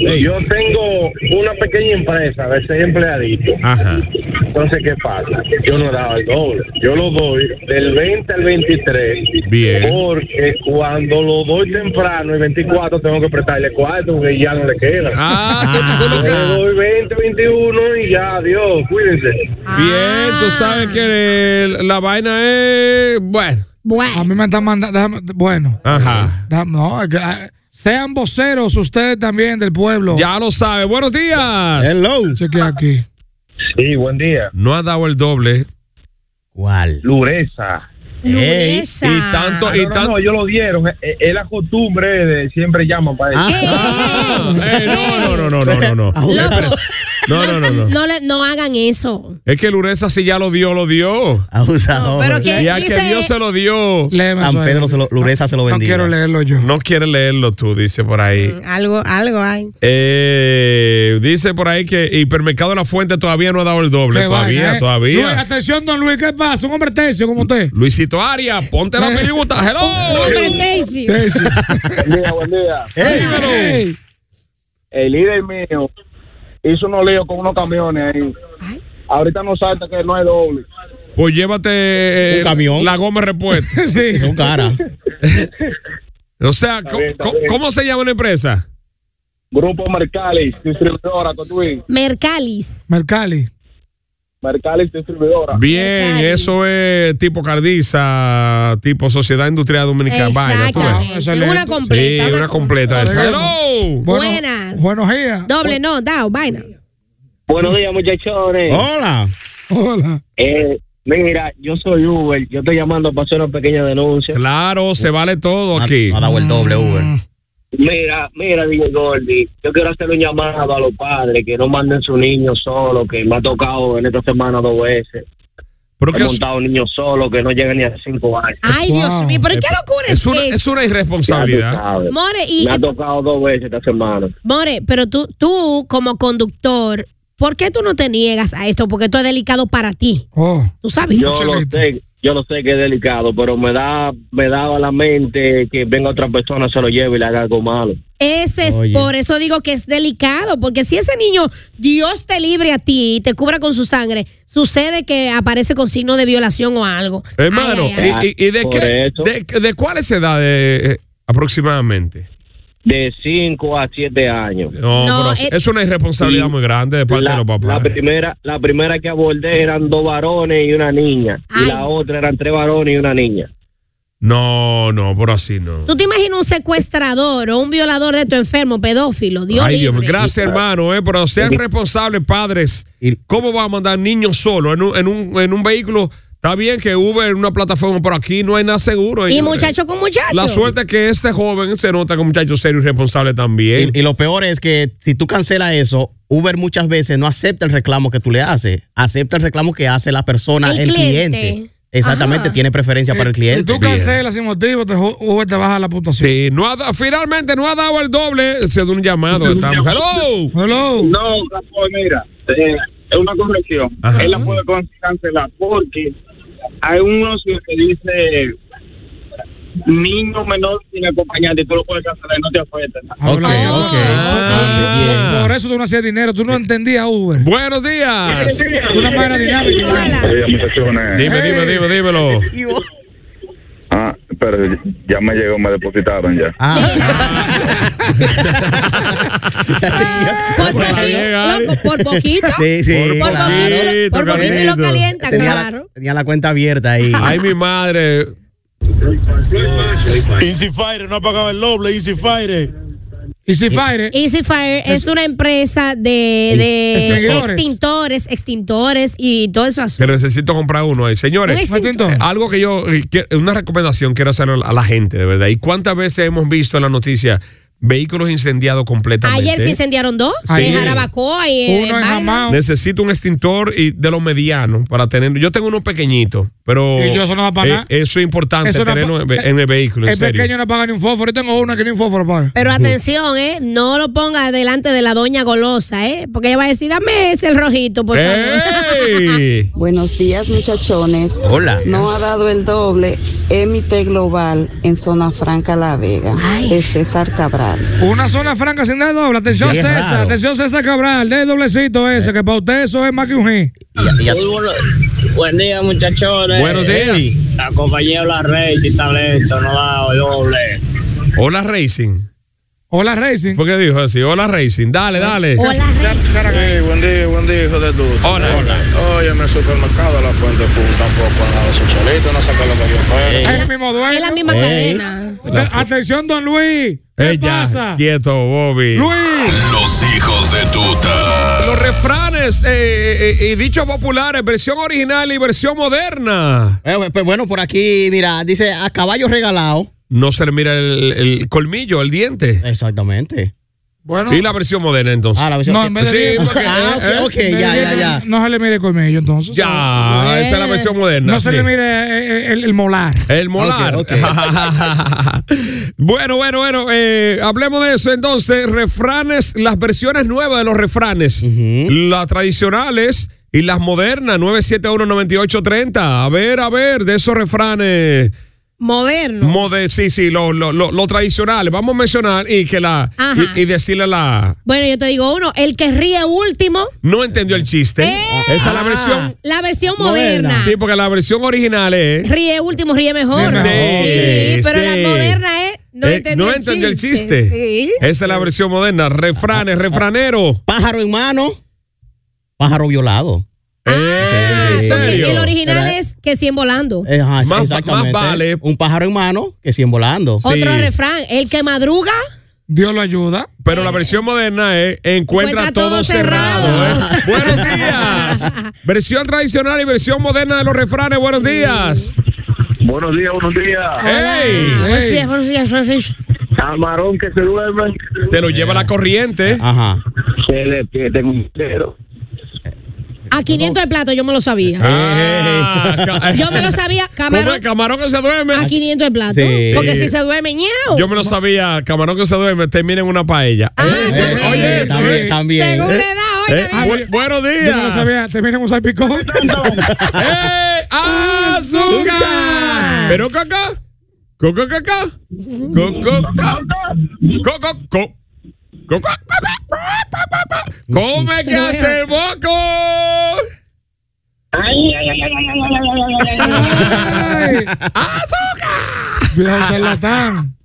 ey. yo tengo una pequeña empresa de seis empleaditos. Ajá. Entonces, ¿qué pasa? Yo no daba el doble. Yo lo doy del 20 al 23. Bien. Porque cuando lo doy temprano, el 24, tengo que prestarle cuarto porque ya no le queda. Ah, tú- tú lo Yo que- le doy 20, 21 y ya, adiós, cuídense. Ah. Bien, tú sabes que el- la vaina es. Bueno, A Bueno. mí me están mandando. déjame- Bueno, ajá. da- no, es que, ah, sean voceros ustedes también del pueblo. Ya lo sabes. Buenos días. Hello. Chequea aquí. Sí, buen día. No ha dado el doble. ¿Cuál? Lureza. Lureza. Y Ah. tanto, y tanto. ellos lo dieron. Es la costumbre de siempre llaman para Ah. Ah, eh, no, no, no, no, no, no, no. Loco, No, no, no, no. no, le- no hagan eso. Es que Lureza si ya lo dio, lo dio. Abusador. Pero que Y al que dice, Dios se lo dio. Léeme San eso ahí. Pedro se lo, Lureza se lo No bendiga. quiero leerlo yo. No quiere leerlo tú, dice por ahí. algo, algo hay. Eh, dice por ahí que Hipermercado La Fuente todavía no ha dado el doble. Qué vaina, Todavía, eh. Luis, todavía. atención, don Luis, ¿qué pasa? Un hombre tercio como usted. Luisito Arias, ponte la película. Hello. Tercio. Buen día, buen día. Ey. el líder mío hizo unos líos con unos camiones ahí. Ahorita no salta que no hay doble. Pues llévate eh, Un camión. la goma repuesta. Sí. Son cara. O sea, ¿cómo, bien, está cómo- bien. cómo se llama la empresa? Grupo Mercalis, distribuidora, Cotuí. Mercalis. Mercali. Mercalis, distribuidora. Bien, Mercadis. eso es tipo Cardiza, tipo Sociedad Industrial Dominicana. Vaina, tú ves. Ah, Exactamente. excelente. Una completa. sí, una completa. de esa. Hello. Bueno, Buenas. Buenos días. Doble, no, da, vaina. Oh. Buenos días, muchachones. Hola. Hola. Eh, Mira, yo soy Uber, yo estoy llamando para hacer una pequeña denuncia. Este. Claro, se vale todo aquí. ha Mm. dado el doble Uber. Mira, mira, DJ Gordy, yo quiero hacer un llamado a los padres que no manden su niño solo, que me ha tocado en esta semana dos veces. Pero He montado un niño solo que no llega ni a cinco años. Ay, Dios mío, pero ¿qué locura es, Eh, pues, Es una, eso? es una irresponsabilidad. More, y- eh, Me ha tocado dos veces esta semana. More, pero tú, tú como conductor, ¿por qué tú no te niegas a esto? Porque esto es delicado para ti. Tú sabes. Yo lo sé, yo lo sé que es delicado, pero me da, me da a la mente que venga otra persona, se lo lleve y le haga algo malo. Ese es, Oye. por eso digo que es delicado, porque si ese niño, Dios te libre a ti y te cubra con su sangre, sucede que aparece con signo de violación o algo. Eh, Hermano, Ay, ay, ay. ¿y, y- y de, Por qué, eso. de, de cuáles edades eh, aproximadamente? De 5 a 7 años. No, No, eh, pero es- es una irresponsabilidad muy grande de parte la, de los papás. eh. La primera, la primera que abordé eran dos varones y una niña. Y la otra eran tres varones y una niña. No, no, por así no. ¿Tú te imaginas un secuestrador o un violador de tu enfermo, pedófilo? Dios Ay, Dios mío. libre. Gracias, hermano, eh, pero sean responsables, padres. ¿Cómo va a mandar niños solos en un, en un, en un vehículo? Está bien que Uber en una plataforma, pero aquí no hay nada seguro. eh. Y muchacho con muchacho. La suerte es que este joven se nota que es un muchacho serio y responsable también. Y lo peor es que si tú cancelas eso, Uber muchas veces no acepta el reclamo que tú le haces, acepta el reclamo que hace la persona, El el, cliente. cliente. Exactamente, tiene preferencia para el cliente. Tú cancelas sin motivo, te, jo- Uber te baja la puntuación. Sí, no ha da- finalmente no ha dado el doble. Se dio un llamado. Estamos. Hello. Hello. No, Rafael, mira, eh, es una corrección. Ajá. Él la puede con- cancelar porque hay un ocio que dice niño menor sin acompañante, tú lo puedes cancelar y no te afecta. Ah, Por, por Ah, eso tú no hacías dinero, tú no entendías Uber. Buenos días. Una manera dinámica. Dime, dime, dime, dímelo. Ah, pero ya me llegó, me depositaron ya. Ah. Por poquito, loco, por poquito. Sí, sí, por claro. poquito y lo- por poquito y lo calienta, Tenía la- claro. tenía la cuenta abierta ahí. Ay, mi madre. Easy Fire, no ha pagado el doble, Easy Fire. Easy Fire. Easy Fire es una empresa de, de Extinguidores. extintores, extintores y todo eso Que necesito comprar uno ahí. Señores, Un extintor. eh, algo que yo, eh, que- una recomendación quiero hacer a la gente, de verdad. ¿Y cuántas veces hemos visto en la noticia vehículos incendiados completamente? Ayer se incendiaron dos, Sí. en Jarabacoa y eh, en Uno en Baila. Necesito un extintor y de los medianos para tener. Yo tengo uno pequeñito, pero. Y yo, eso no va para eh, nada. Eso es importante Eso no tenerlo pa- eh, en ve- en el vehículo, en El serio. pequeño no paga ni un fósforo. Yo tengo una que ni un fósforo paga. Pero atención, ¿eh? No lo ponga delante de la doña golosa, ¿eh? Porque ella va a decir, dame ese el rojito, Eh. por ¡Ey! Buenos días, muchachones. Hola. No ha dado el doble Emite Global en Zona Franca La Vega. De César Cabral. Una zona franca sin dar doble. Atención, Qué César. raro. Atención, César Cabral. De doblecito ese, que para usted eso es más que un G. Muy bueno- buen día, muchachones. Buenos días. La compañía La Rey, si está lento, no da el doble. Hola Racing. Hola Racing. ¿Por qué dijo así? Hola Racing. Dale, Hey, dale. buen día, buen día, hijo de tú. Hola. Oye, en el supermercado La Fuente Pum tampoco han dado su cholito, no saca lo que yo espero. Es el mismo dueño. Es la misma Eh. Ey. cadena. Eh. Atención, don Luis. ¿Qué Ey, ya, pasa? Quieto, Bobby. Los hijos de tuta. Los refranes eh, eh, eh, y dichos populares, versión original y versión moderna. Bueno, pues, bueno, por aquí, mira, dice a caballo regalado. No se le mira el, el colmillo, el diente. Exactamente. Y la versión moderna entonces. Ah, la versión- No, en vez de Sí, dientes. porque- Ah, eh, ok, ok, eh, ya, ya, ya. No se le mire el colmillo, entonces. Ya, esa es la versión moderna, No se sí. le mire eh, eh, el, el molar. El molar. Ok, bueno, bueno, bueno. eh, hablemos de eso entonces. Refranes, las versiones nuevas de los refranes. Las tradicionales y las modernas. 9719830. A ver, a ver, de esos refranes. Modernos. Mode, sí, sí, lo, lo, lo- lo tradicional. Vamos a mencionar y que la. Ajá. Y, y decirle a la. Bueno, yo te digo uno, el que ríe último, No entendió el chiste. Esa es la Ah. versión. la versión moderna. Sí, porque la versión original es. Ríe último, ríe mejor. Mejor. Sí, Sí, pero sí. la moderna es, no Eh, entendió el chiste. el chiste. Eh, Sí. Esa es la versión moderna. Refranes, refranero. Pájaro en mano. Pájaro violado. ¿En Porque serio? Ah, eh, el original Era- es que 100 volando. Eh, ajá, Más- exactamente. más vale. Un pájaro en mano que 100 volando. Otro refrán, el que madruga, Dios lo ayuda. Pero la versión moderna es encuentra, todo, cerrado. ¿eh? Buenos días. Versión tradicional y versión moderna de los refranes. Buenos días. Buenos días, buenos días. Buenos días, buenos días, buenos días. Camarón que se duerme. Se lo lleva la corriente. Ajá. Se le pierde un cero. A 500 el plato, yo me lo sabía. Yo me lo sabía, Ah. ¿Cómo camarón. es? Camarón que se duerme. A 500 el plato. Sí. Porque si se duerme, ñau. Yo me lo sabía, camarón que se duerme, termina en una paella. Oye, Eh, también, también. Según la edad, oye. Eh, bu- buenos días. Yo no lo sabía. Te miren un salpicón. ¡Eh! ¡Azúcar! ¿Pero caca? ¿Coco caca? ¿Coco caca? ¿Coco coco? ¿Coco caca? ¡Come que hace el moco! Ay, ¡Azúcar! viejo charlatán.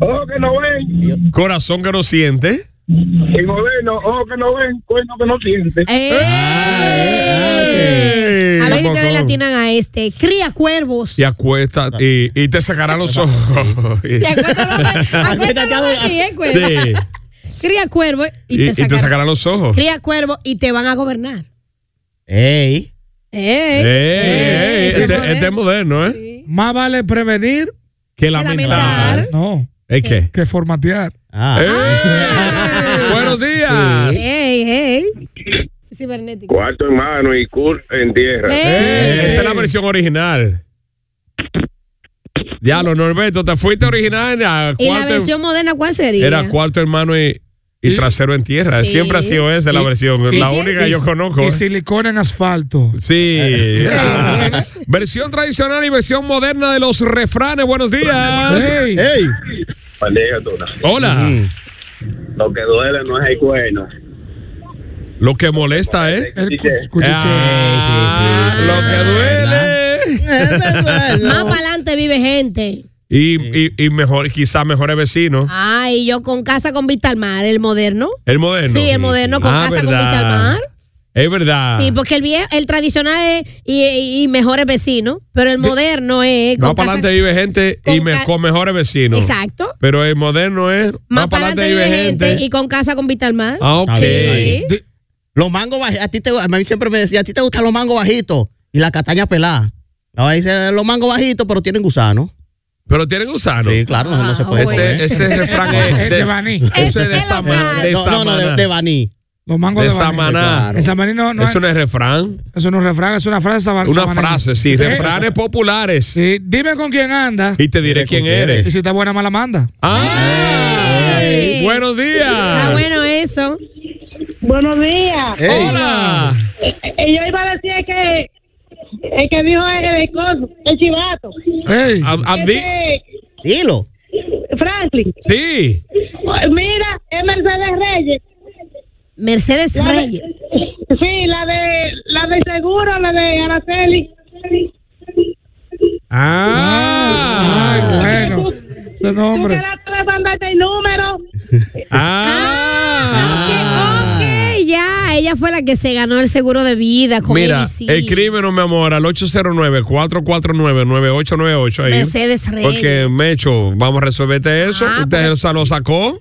Oh, que no ven. Corazón que no siente. Y moderno, oh, que no ven, cuerno que no siente. ¡Eh! A ver si ustedes le Tampoco. atinan a este. Cría cuervos. Y acuesta y, y te sacará los ojos. Te acuestas los- acuestas los dos aquí, ¿eh, cuervo? Sí. Cría cuervos y, Y, te y te sacarán. sacará los ojos. Cría cuervos y te van a gobernar. Ey. Eh, Ey, eh, ese este, poder. este es moderno, ¿eh? Más vale prevenir Que lamentar. no, ¿Es qué? que formatear. Ah. ¡Eh! Buenos días. Ey, ey. Cibernético. Cuarto en mano y cur en tierra. Eh, Esa es la versión original. Ya, lo Norberto, te fuiste original. a ¿Y la cuarto- versión moderna cuál sería? Era cuarto hermano y, y trasero en tierra. Sí. Siempre ha sido esa la Y- versión. y- la y- única que yo conozco. Y ¿eh? silicona en asfalto. Sí. Ah. versión tradicional y versión moderna de los refranes. Buenos días. Ey. Ey. Bandeja dura. Hola. Lo que duele no es el cuerno. Lo que molesta, ¿eh? Ah, Lo que duele. Más para adelante vive gente. Y, y, y mejor, quizás mejores vecinos. Ay, yo con casa con vista al mar, el moderno. El moderno. Sí, el moderno con Ah, casa con verdad. vista al mar. Es verdad. Sí, porque el viejo, el tradicional es y, y- y mejores vecinos, pero el moderno es con Más para casa- adelante vive gente y con me- ca- con mejores vecinos. Exacto. Pero el moderno es Más para adelante vive gente, y con casa con vista al mar. Ah, ok. Sí. Di- Los mangos bajitos. A ti te, a mí siempre me decía, a ti te gustan los mangos bajitos y la castaña pelada. Ahora dice, los mangos bajitos, pero tienen gusano. Pero tienen gusano. Sí, claro, no, no se puede comer. eh. Ese, ese refrán es este de, Baní. eso es de Samaná. De No, no, no, de, Samaná. de Baní. Los mangos De de Baní. Samaná. En Samaní no, no Eso es, no es refrán. eso no es refrán, es una frase saban- Una sabaneña. frase, sí. Eh, Refranes populares. sí, dime con quién anda Y te diré quién y eres. si está buena mala manda. ¡Ay! Buenos días. Está Ah, bueno eso. Buenos días. Hola. Eh, yo iba a decir que el que dijo el, el coso, el chivato. Ey, Am- Amdi- Ese, Dilo. Franklin. Sí. Mira, es Mercedes Reyes. Mercedes La de- Reyes. Sí, la de la de seguro, la de Araceli. Ah. ay, bueno. Ese Tú nombre. quedaste de mandarte el número. Ah. Ok, ok, ya. Ella fue la que se ganó el seguro de vida con Mira, ABC. el crimen, mi amor, al 809-449-9898. ahí. Mercedes Reyes. Porque, Mecho, vamos a resolverte eso. Ah, Usted se lo sacó.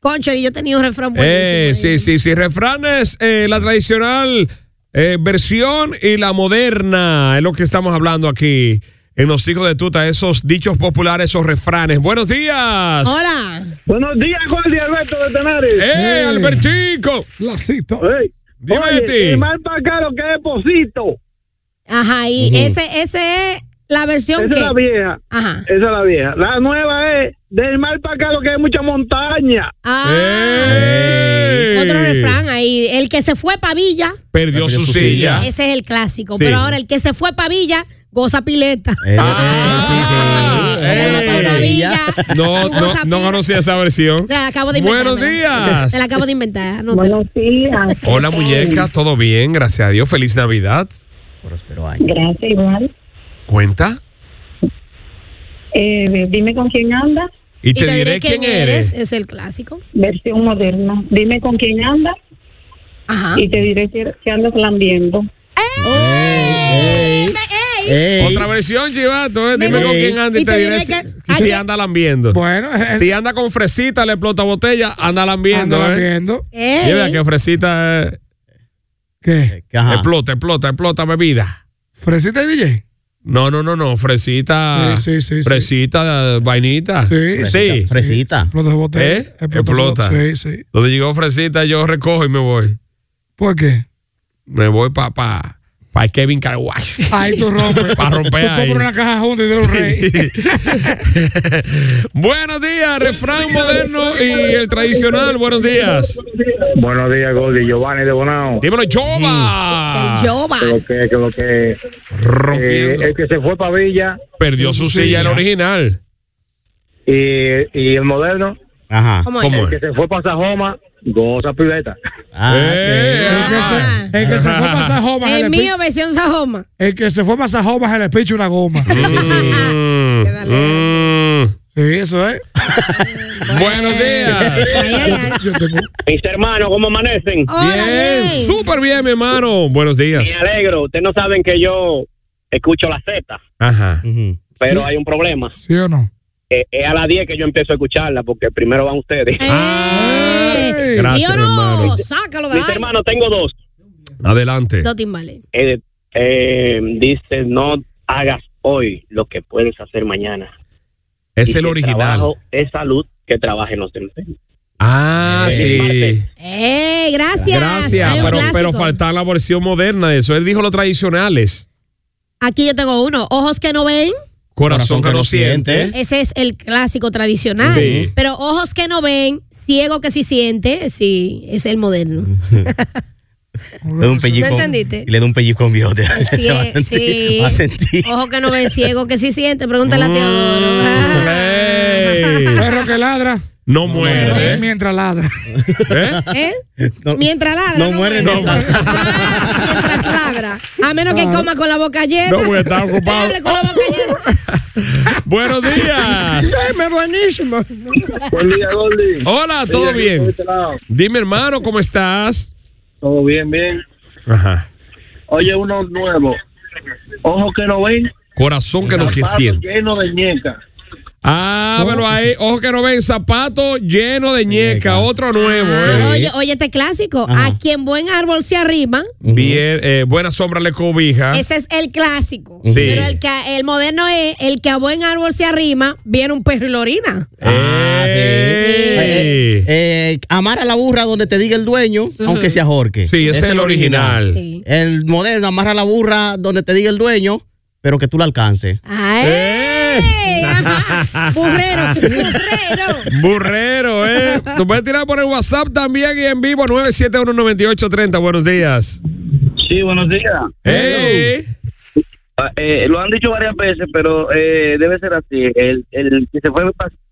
Concho, y yo tenía un refrán buenísimo. Eh, ahí. sí, sí, sí. Refranes, eh, la tradicional eh, versión y la moderna. Es lo que estamos hablando aquí en Los Hijos de Tuta. Esos dichos populares, esos refranes. Buenos días. Hola. Buenos días, Jordi Alberto de Tenares. ¡Eh, Albertico! La cita. Ey. Dime Oye, de ti. Y más para acá lo que es Pocito. Ajá, y ese, ese es la versión Esa que. es la vieja. Ajá. Esa es la vieja. La nueva es del mar para acá lo que hay mucha montaña. Eh. Ah, otro refrán ahí. El que se fue pa' Villa, Perdió su su silla. silla. ese es el clásico. Sí. Pero ahora el que se fue pa' Villa, goza pileta. Eh, Ah, sí, sí. eh. Se fue pa' una villa, No, tú no, gozas no pila. conocía esa versión. Te la acabo de inventar. Buenos ¿verdad? días. Te la acabo de inventar. No te... Buenos días. Hola muñeca, ¿todo bien? Gracias a Dios, feliz Navidad. Próspero año. Gracias, igual. ¿Cuenta? Eh, dime con quién anda, Y te, diré, quién, eres. Es el clásico. versión moderna. Dime con quién anda Ajá. y te diré si, si andas lambiendo. Ey. Otra versión, Chivato. eh. Me Dime con gu- eh, quién anda y te diré. que si- si sí anda lambiendo. Bueno, eh, si anda con fresita, le explota botella, anda lambiendo. Anda eh. lambiendo. Ey. Y vea que fresita eh, Eh, ¿Qué? explota, explota, explota bebida. ¿Fresita y DJ? No, no, no, no, fresita. Sí, sí, sí, sí. Fresita, eh, vainita. Sí. sí. Fresita. Los de botella. ¿Eh? Explota. Sí, sí. Donde llegó fresita, yo recojo y me voy. ¿Por qué? Me voy para pa, pa Kevin Carwash. Ahí tú rompes. Pa' romper tú ahí. compras una caja junta y de un rey. Buenos días, refrán moderno y el tradicional. Buenos días. Buenos días, Goldie. Giovanni de Bonao. Dímelo, Jova. Que lo que, que lo que. Rompiendo. Eh, el que se fue para Villa Perdió su Sí, silla el ya. original. y, y el moderno. Ajá. ¿Cómo ¿Cómo El es? que se fue para Sajoma, goza pileta. Ah, Eh. El que se- el que se fue para Sajoma Ah. El se le pi- mío versión Sajoma. el que se fue para Sajoma se le picha una goma. Sí, Mm, mm. eso es. Buenos días. Yo tengo- Mis hermanos, ¿cómo amanecen? Oh. Bien, súper bien, mi hermano. Buenos Me días. alegro. Ustedes no saben que yo escucho la Z, Ajá. pero hay un problema. ¿Sí o no? Eh, es a las 10 que yo empiezo a escucharla, porque primero van ustedes. Gracias, mi hermano. sácalo de Mis ahí. hermanos, tengo dos. Adelante. Dos timbales. Eh, eh, dice, no hagas hoy lo que puedes hacer mañana. Es Y el que original. trabajo es salud, que trabajen los delincuentes. Ah, Eh, sí. parte. ¡Eh, gracias! Gracias, Hay un pero, clásico. pero faltaba la versión moderna de eso. Él dijo los tradicionales. Aquí yo tengo uno. Ojos que no ven. Corazón, que no siente. Ese es el clásico tradicional. Sí. Pero ojos que no ven, ciego que sí siente, sí, es el moderno. Le da un pellizco. ¿No entendiste? Y le da un pellizco a un bigote. Se va a Sí, sentir. sí. Va a sentir. Mm, Ojos que no ven, ciego que sí siente. Pregúntale a Teodoro. Ey, Perro que ladra. no muerde. Mientras ladra. ¿eh? ¿Eh? No, Mientras ladra. no muerde, no. Ah, mientras ladra. A menos que coma con la boca llena. Ah. No, porque está ocupado. Hable con la boca llena. Buenos días. Duerme buenísimo. Buen día, Goldie. Hola, ¿todo Sí, aquí por bien? este lado. Dime, hermano, ¿cómo estás? Todo bien, bien. Ajá. Oye, uno nuevo. Ojo que no ven. Corazón que no que zapatos siente. Lleno de ñeca. Ah, pero ahí, ojo que no ven, zapato lleno de ñeca, otro nuevo. Ah, ¿eh? oye, oye, este clásico. Ajá. A quien buen árbol se arrima, Bien, eh, buena sombra le cobija. ese es el clásico. Ah. Sí. Pero el, que, el moderno es el que a buen árbol se arrima, viene un perro y lo orina. Eh. Ah, sí. Ey. Eh, eh, amar a la burra donde te diga el dueño, aunque sea Jorge. Sí, ese es el original. Sí. El moderno, amarra a la burra donde te diga el dueño, pero que tú la alcances. ¡Ay! ¡Eh! Ah. Ajá. ¡Burrero! ¡Burrero! Burrero, ¿eh? Tú puedes tirar por el WhatsApp también y en vivo 9719830. Buenos días. Sí, buenos días. ¡Ey! Ah, eh, lo han dicho varias veces, pero eh, debe ser así. El, el que se fue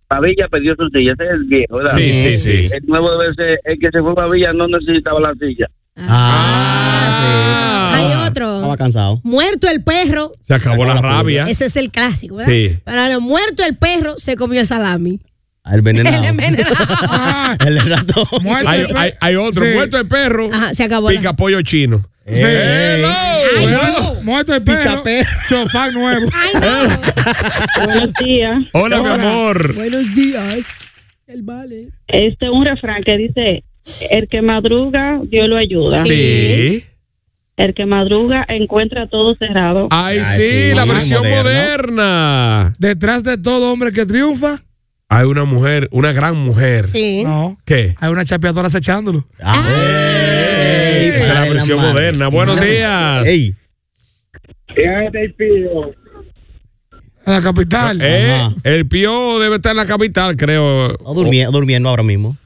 para Villa perdió su silla. Ese es el viejo, ¿verdad? Sí, sí, sí. El nuevo debe ser el que se fue para Villa no necesitaba la silla. Ah, Ah. Hay Ah, Estaba otro. cansado. Muerto el perro. Se acabó la rabia. Ese es el clásico, ¿verdad? Sí. Para lo muerto el perro se comió el salami. Ah, El venenado. El envenenado. Ah, El ratón. muerto Hay, el perro. hay- hay otro, Sí. muerto el perro, Ajá, se acabó. la- pica pollo chino. Sí. ¡Hello! Ay, Hello. Muerto- Muerto el perro. Picaperro. Chofán nuevo. Ay, no. Buenos días. Hola, mi amor. Buenos días. El vale. Este es un refrán que dice, el que madruga, Dios lo ayuda. Sí. El que madruga encuentra todo cerrado. Ay, Ay, sí, sí, la muy versión moderno. moderna. Detrás de todo hombre que triunfa, Hay una mujer, una gran mujer. Sí. no. ¿Qué? Hay una chapeadora acechándolo. Ah, ey, Esa es la padre, versión madre. moderna. Buenos días. Ey, A la capital. Eh, Ajá. el pío debe estar en la capital, creo. no durmie- durmiendo ahora mismo.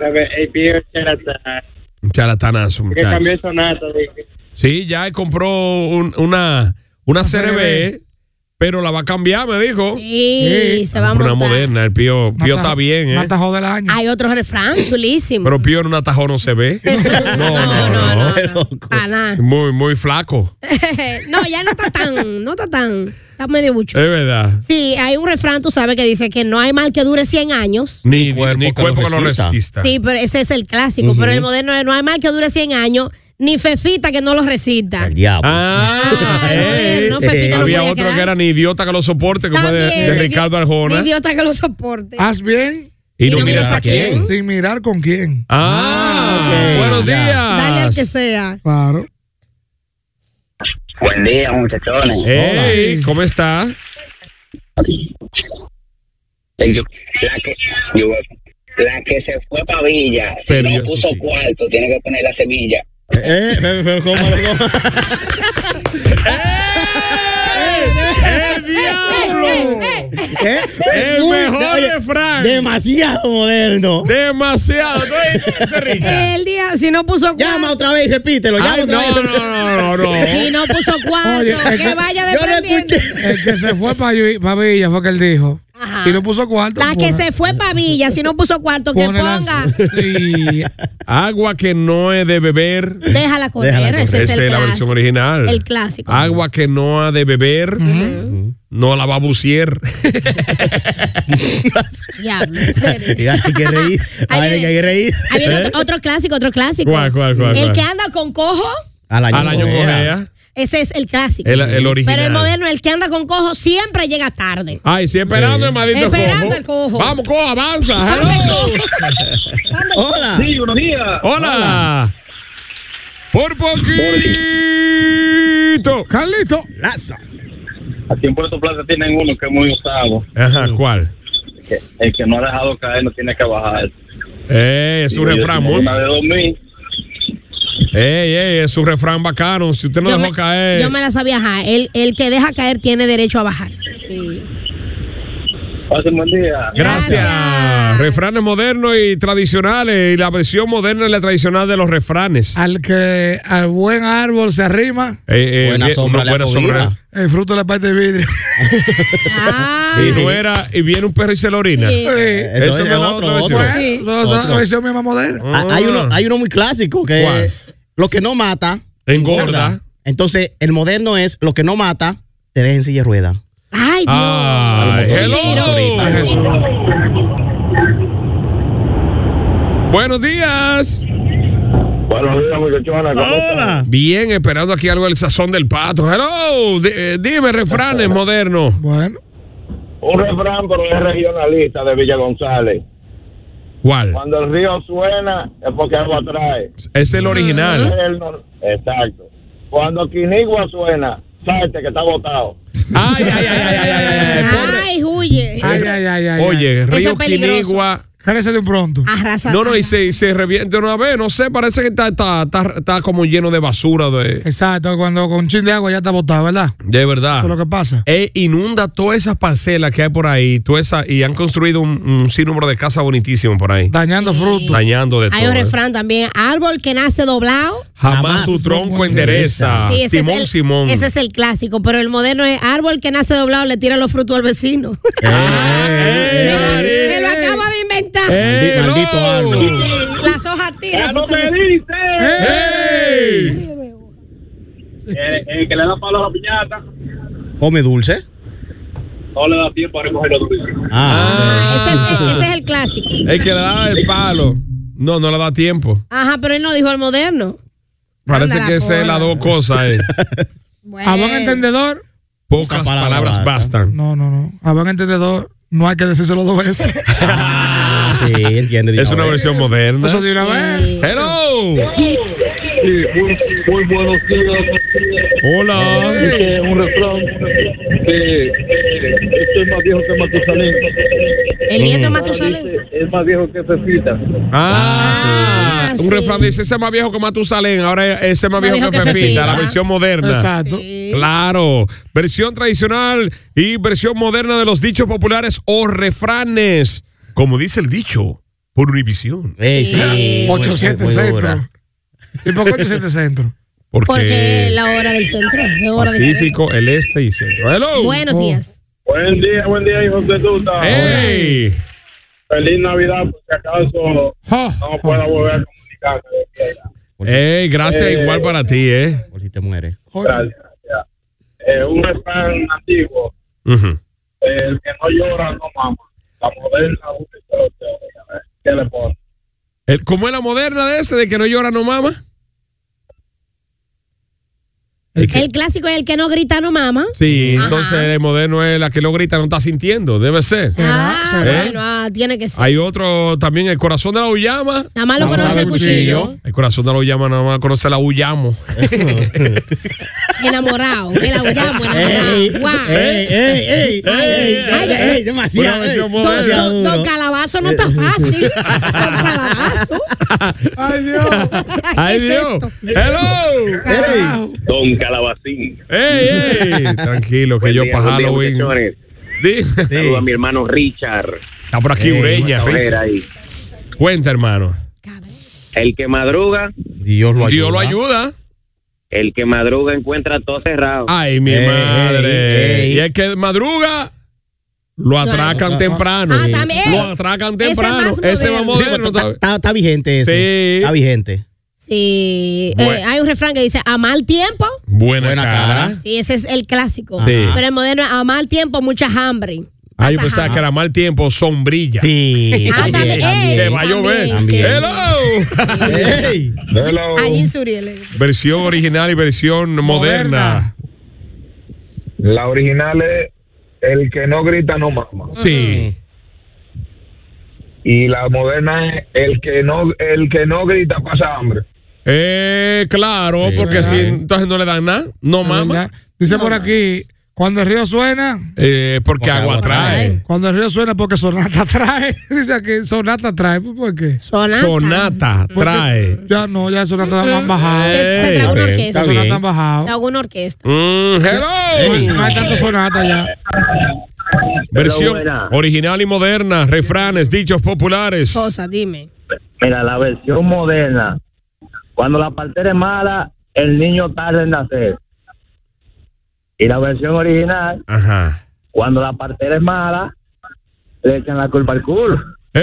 El viejo era tan- Un charlatanazo, que muchacho. cambió el sonata. dije. Sí, ya él compró un- una, una CRB, pero la va a cambiar, me dijo. Sí, se va a Eh, una montar. moderna, el pío, No pío está bien, No ¿eh? atajó del año. Hay otro refrán chulísimo. Pero pío en un atajo no se ve. Eso- No, no, no. loco. Para nada. Muy, muy flaco. no, ya no está tan, no está tan, está medio Es bucho. verdad. Sí, hay un refrán, tú sabes, que dice que no hay mal que dure 100 años. Ni, ni cuerpo cuerpo, que lo que lo resista. resista. Sí, pero ese es el clásico. Pero el moderno es, no hay mal que dure 100 años. ni Fefita que no lo recita. Diablo. Ah, no, pues no, Pepito, no había podía otro quedarse. que era ni idiota que lo soporte, como de, También, de ni Ricardo idi- Arjona. Ah, ni idiota que lo soporte. Haz bien. Y no miras a quién. Sin mirar con quién. Ah, buenos días. Dale al que sea. Claro. Buen día, muchachones. Eh. Hey, ¿cómo está? Eh, yo- la, que, yo- la que se fue para Villa, si Perdió, no puso cuarto, tiene que poner la semilla. Eh, pero, pero ¿cómo? cómo? ¡El diablo! ¿Eh? El Uy, mejor oye, refrán. Demasiado moderno. Demasiado. ¿Tú oíste ese, Rica? El día, si no puso cuarto. Llama otra vez, repítelo. Llama Ay, Eh, otra Ah, no, vez. no, no, no, no. Si no puso cuarto, Oye, que, es que- vaya Yo no dependiendo. El que se fue para Villa fue que él dijo. Ajá. Y no puso cuarto. La pone- que se fue para Villa, si no puso cuarto, que pone las- ponga. Sí. Agua que no he de beber. Déjala correr, Déjala ese correr. es Esa el es la clásico. versión original. El clásico. Ah. Agua que no ha de beber, no la va a bucier. Diablo, en serio. Y hay que reír. Ahí Hay viene- que reír. Ahí viene ¿Eh? otro, otro clásico, otro clásico. ¿Cuál, cuál, cuál, El cuál? que anda con cojo, Al Al año Correa. ese es el clásico. El, el original. Pero el moderno, el que anda con cojo, siempre llega tarde. Ay, sí, esperando el maldito Esperando cojo. el cojo. Vamos, cojo, avanza. Hello. Hola. Sí, buenos días. Hola. Por poquito. Carlito. Laza. Eh, Aquí en Puerto Plata tienen uno que es muy usado. Ajá, ¿cuál? que el que no ha dejado caer no tiene que bajar. Eh, es Digo, un yo refrán tengo muy. Una de 2000. Ey, ey, es un refrán bacano. Si usted no yo, dejó me, caer. yo me la sabía, ajá. El, el que deja caer tiene derecho a bajarse. Sí. Pasen buen día. Gracias. Refranes modernos y tradicionales. Y la versión moderna y la tradicional de los refranes. Ah. Al que al buen árbol se arrima, Eh, eh, Buena bien, sombra una le buena acogida. sombra. el fruto le parte de vidrio. Ah, Y no era, y viene un perro y se lo orina. Sí. Sí. Eh, Eso, Eh, Eso es me da otro, otra otro. versión. Bueno, Sí. eso es la versión misma moderna. Ah, Hay uno, hay uno muy clásico que ¿Cuál? es lo que no mata. Engorda. Entonces, el moderno es lo que no mata, te deja en silla de rueda. Ay, Dios. Ay, A hello. Jesús. Buenos días. Buenos días, muchachones. ¿Cómo están? Bien, esperando aquí algo del sazón del pato. Hello. di- eh, dime, refranes modernos. Bueno, Un refrán, pero es regionalista de Villa González. ¿Cuál? Cuando el río suena, es porque algo atrae. Es el original. El nor- Exacto. Cuando Quinigua suena, salte que está botado. Ay, ay, ay, ay, ay, ay, ay, Eh, pobre. Ay, huye. ay, ay, ay, ay. Oye, Eso es Río peligroso. Quinigua. Jálese de un pronto. Arrasa. No, no, y se, y se revienta una vez, no sé, parece que está, está, está, está como lleno de basura, de, Exacto, cuando con un chin de agua ya está botado, ¿verdad? Ah. de verdad. Eso es lo que pasa. Eh. E inunda todas esas parcelas que hay por ahí, todas esas- y han construido un, un sinnúmero de casas bonitísimas por ahí, Dañando frutos. dañando de todo. Hay un ¿eh? refrán también. Árbol que nace doblado. Jamás su tronco endereza. Sí, ese Ah, Simón es el, Simón. Ese es el clásico, pero el moderno es árbol que nace doblado le tira los frutos al vecino. ¡Eh! Me lo acabo de inventar. ¡Eh, Maldi- maldito no! árbol. Las hojas tiran. los frutos al vecino. dice! ¡Ey! El, el que le da palo a la piñata Come dulce. no le da tiempo a recoger los dulces. Ah, Ah, ese, es el, ese es el clásico. El que le da el palo. No, no le da tiempo. Ajá, pero él no dijo el moderno. Parece Anda la que esa es cola. las dos cosas. eh. Bueno. Ah, A buen entendedor. Pocas palabra palabras basta. bastan. No, no, no. A buen entendedor, no hay que decírselo dos veces. Ah, sí, entiende. Es una versión moderna. Eso de una vez. ¡Hello! Sí, muy, muy buenos días. ¡Hola! Dice un refrán que este es más viejo que Matusalén. El nieto Eh. de Matusalén. Dice, Es más viejo que Fefita. Ah, Ah, un sí. refrán dice: ese es más viejo que Matusalén, ahora ese es más viejo, que, Fefita, la versión moderna. Exacto. Claro, versión tradicional y versión moderna de los dichos populares o refranes, como dice el dicho por Univisión. Ey, sí, muy- 8-7 muy dura. centro. ¿Y por qué 8-7 centro? Porque, Porque es la hora del centro. es hora del centro. Pacífico, el este y centro. Hello. Buenos Oh. días. Buen día, buen día, hijos de tuta. Hey. Feliz Navidad, por si acaso no pueda volver a comunicarme. Hey, gracias Eh. igual para ti, eh. Por si te mueres. Oye, Eh, un refrán antiguo, Ujú. eh, el que no llora no mama. La moderna, ustedes, ¿qué le pone? El- ¿Cómo es la moderna de ese de que no llora no mama? Es que- El clásico es el que no grita, no mama. Sí, Ajá. entonces el moderno es la que lo grita, no está sintiendo, debe ser. Ah, ¿Eh? bueno, ah, tiene que ser. Hay otro también, el corazón de la Ullama. Nada más lo No conoce sabe el cuchillo. El corazón de la Ullama nada más conoce la Ullamo. Enamorado. El aullamo, enamorado. Guau. ey, ey, ey, Ay, ey, ey, demasiado, Don- ey, don- demasiado don, duro. Calabazo no está fácil. Don Calabazo. Ay, Dios. Ay, Dios. Hello. Don Calabacín. ¡Ey, ey! Tranquilo, que Buen yo día, para buen día, Halloween. muchachones. Saludo a mi hermano Richard. Está por aquí, Eh, Ureña. Richard. Richard. ahí. Cuenta, hermano. El que madruga. Dios lo Dios ayuda. lo ayuda. El que madruga encuentra todo cerrado. Ay, mi madre. Y el que madruga, lo atracan Ah, temprano. ah, también. Lo atracan Ese es temprano. más Ese va moderno. Sí, pero moderno. está, todavía. está- está vigente ese. Sí. Está vigente. Sí. eh, Bueno. hay un refrán que dice, a mal tiempo. Buena, cara. Sí, ese es el clásico. Sí. Pero el moderno, a mal tiempo, mucha hambre. Ay, yo pensaba que era mal tiempo, sombrilla. Sí. Ah, también, también, que va a llover. también, sí. Hello. Hello. oh. Allí en Suriel. Versión original y versión moderna. La original es el que no grita no mama. Sí. Y la moderna es el que no el que no grita pasa hambre. Eh, claro, porque si entonces no le dan nada, no mama. Dice por aquí, cuando el río suena, Eh, porque, agua, trae. cuando el río suena porque Sonata trae. Dice aquí, Sonata trae. ¿Pues ¿Por qué? Sonata. Sonata Porque trae. Ya no, ya Sonata han bajado. Se- se trae una orquesta. Ya Sonata han bajado. Se hago una orquesta. Mm, hello. No hay tanto Sonata ya. Versión buena. original y moderna, refranes, dichos populares. Cosa, dime. Mira, la versión moderna. Cuando la partera es mala, el niño tarda en nacer. Y la versión original, Ajá. cuando la partera es mala, le echan la culpa al culo.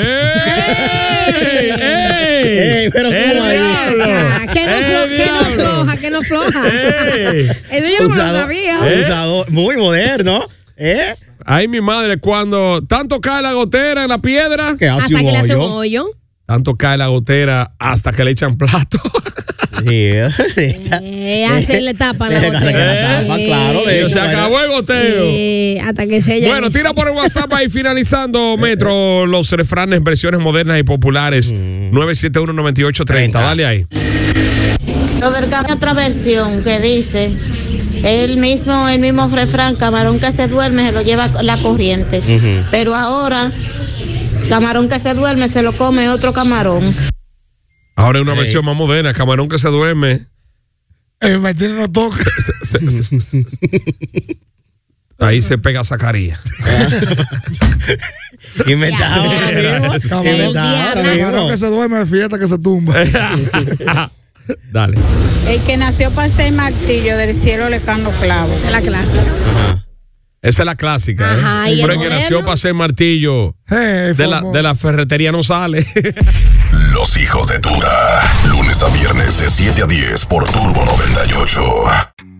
¡Ey! ¡Ey! Ey, pero ¡El ¿cómo ahí? diablo! Ah, que no, ¡El flo- que no diablo! floja, que no floja. Ey. Eso yo no me lo Usado- sabía. ¿Eh? usado- muy moderno. ¿Eh? Ay, mi madre, cuando tanto cae la gotera en la piedra, Que hace Hasta un que le hace un hoyo. hoyo. tanto cae la gotera hasta que le echan plato. Sí. Eh, hace le tapa la Eh, botella. le tapan, Sí. claro, de se acabó el goteo. Sí, hasta que se Bueno, tira por el WhatsApp ahí finalizando, Metro, los refranes, versiones modernas y populares. 971-9830. Dale ahí. Lo del camarón, otra versión que dice, el mismo, el mismo refrán, camarón que se duerme se lo lleva la corriente. Ujú. Pero ahora, camarón que se duerme se lo come otro camarón. Ahora es una versión más moderna. Camarón que se duerme. El Martín no toca. se- se- se- ahí se pega Zacarías. Inventado ahora mismo. Inventado ahora Camarón mismo. que se duerme, fiesta que se tumba. Eh, Dale. El que nació para ser martillo del cielo le caen los clavos. la clase. Esa es la clásica. ¿eh? Ajá, ¿y el Pero el que moderno? nació para ser martillo de la, de la ferretería no sale. Los hijos de Tuta. Lunes a viernes de 7 a 10 por Turbo 98.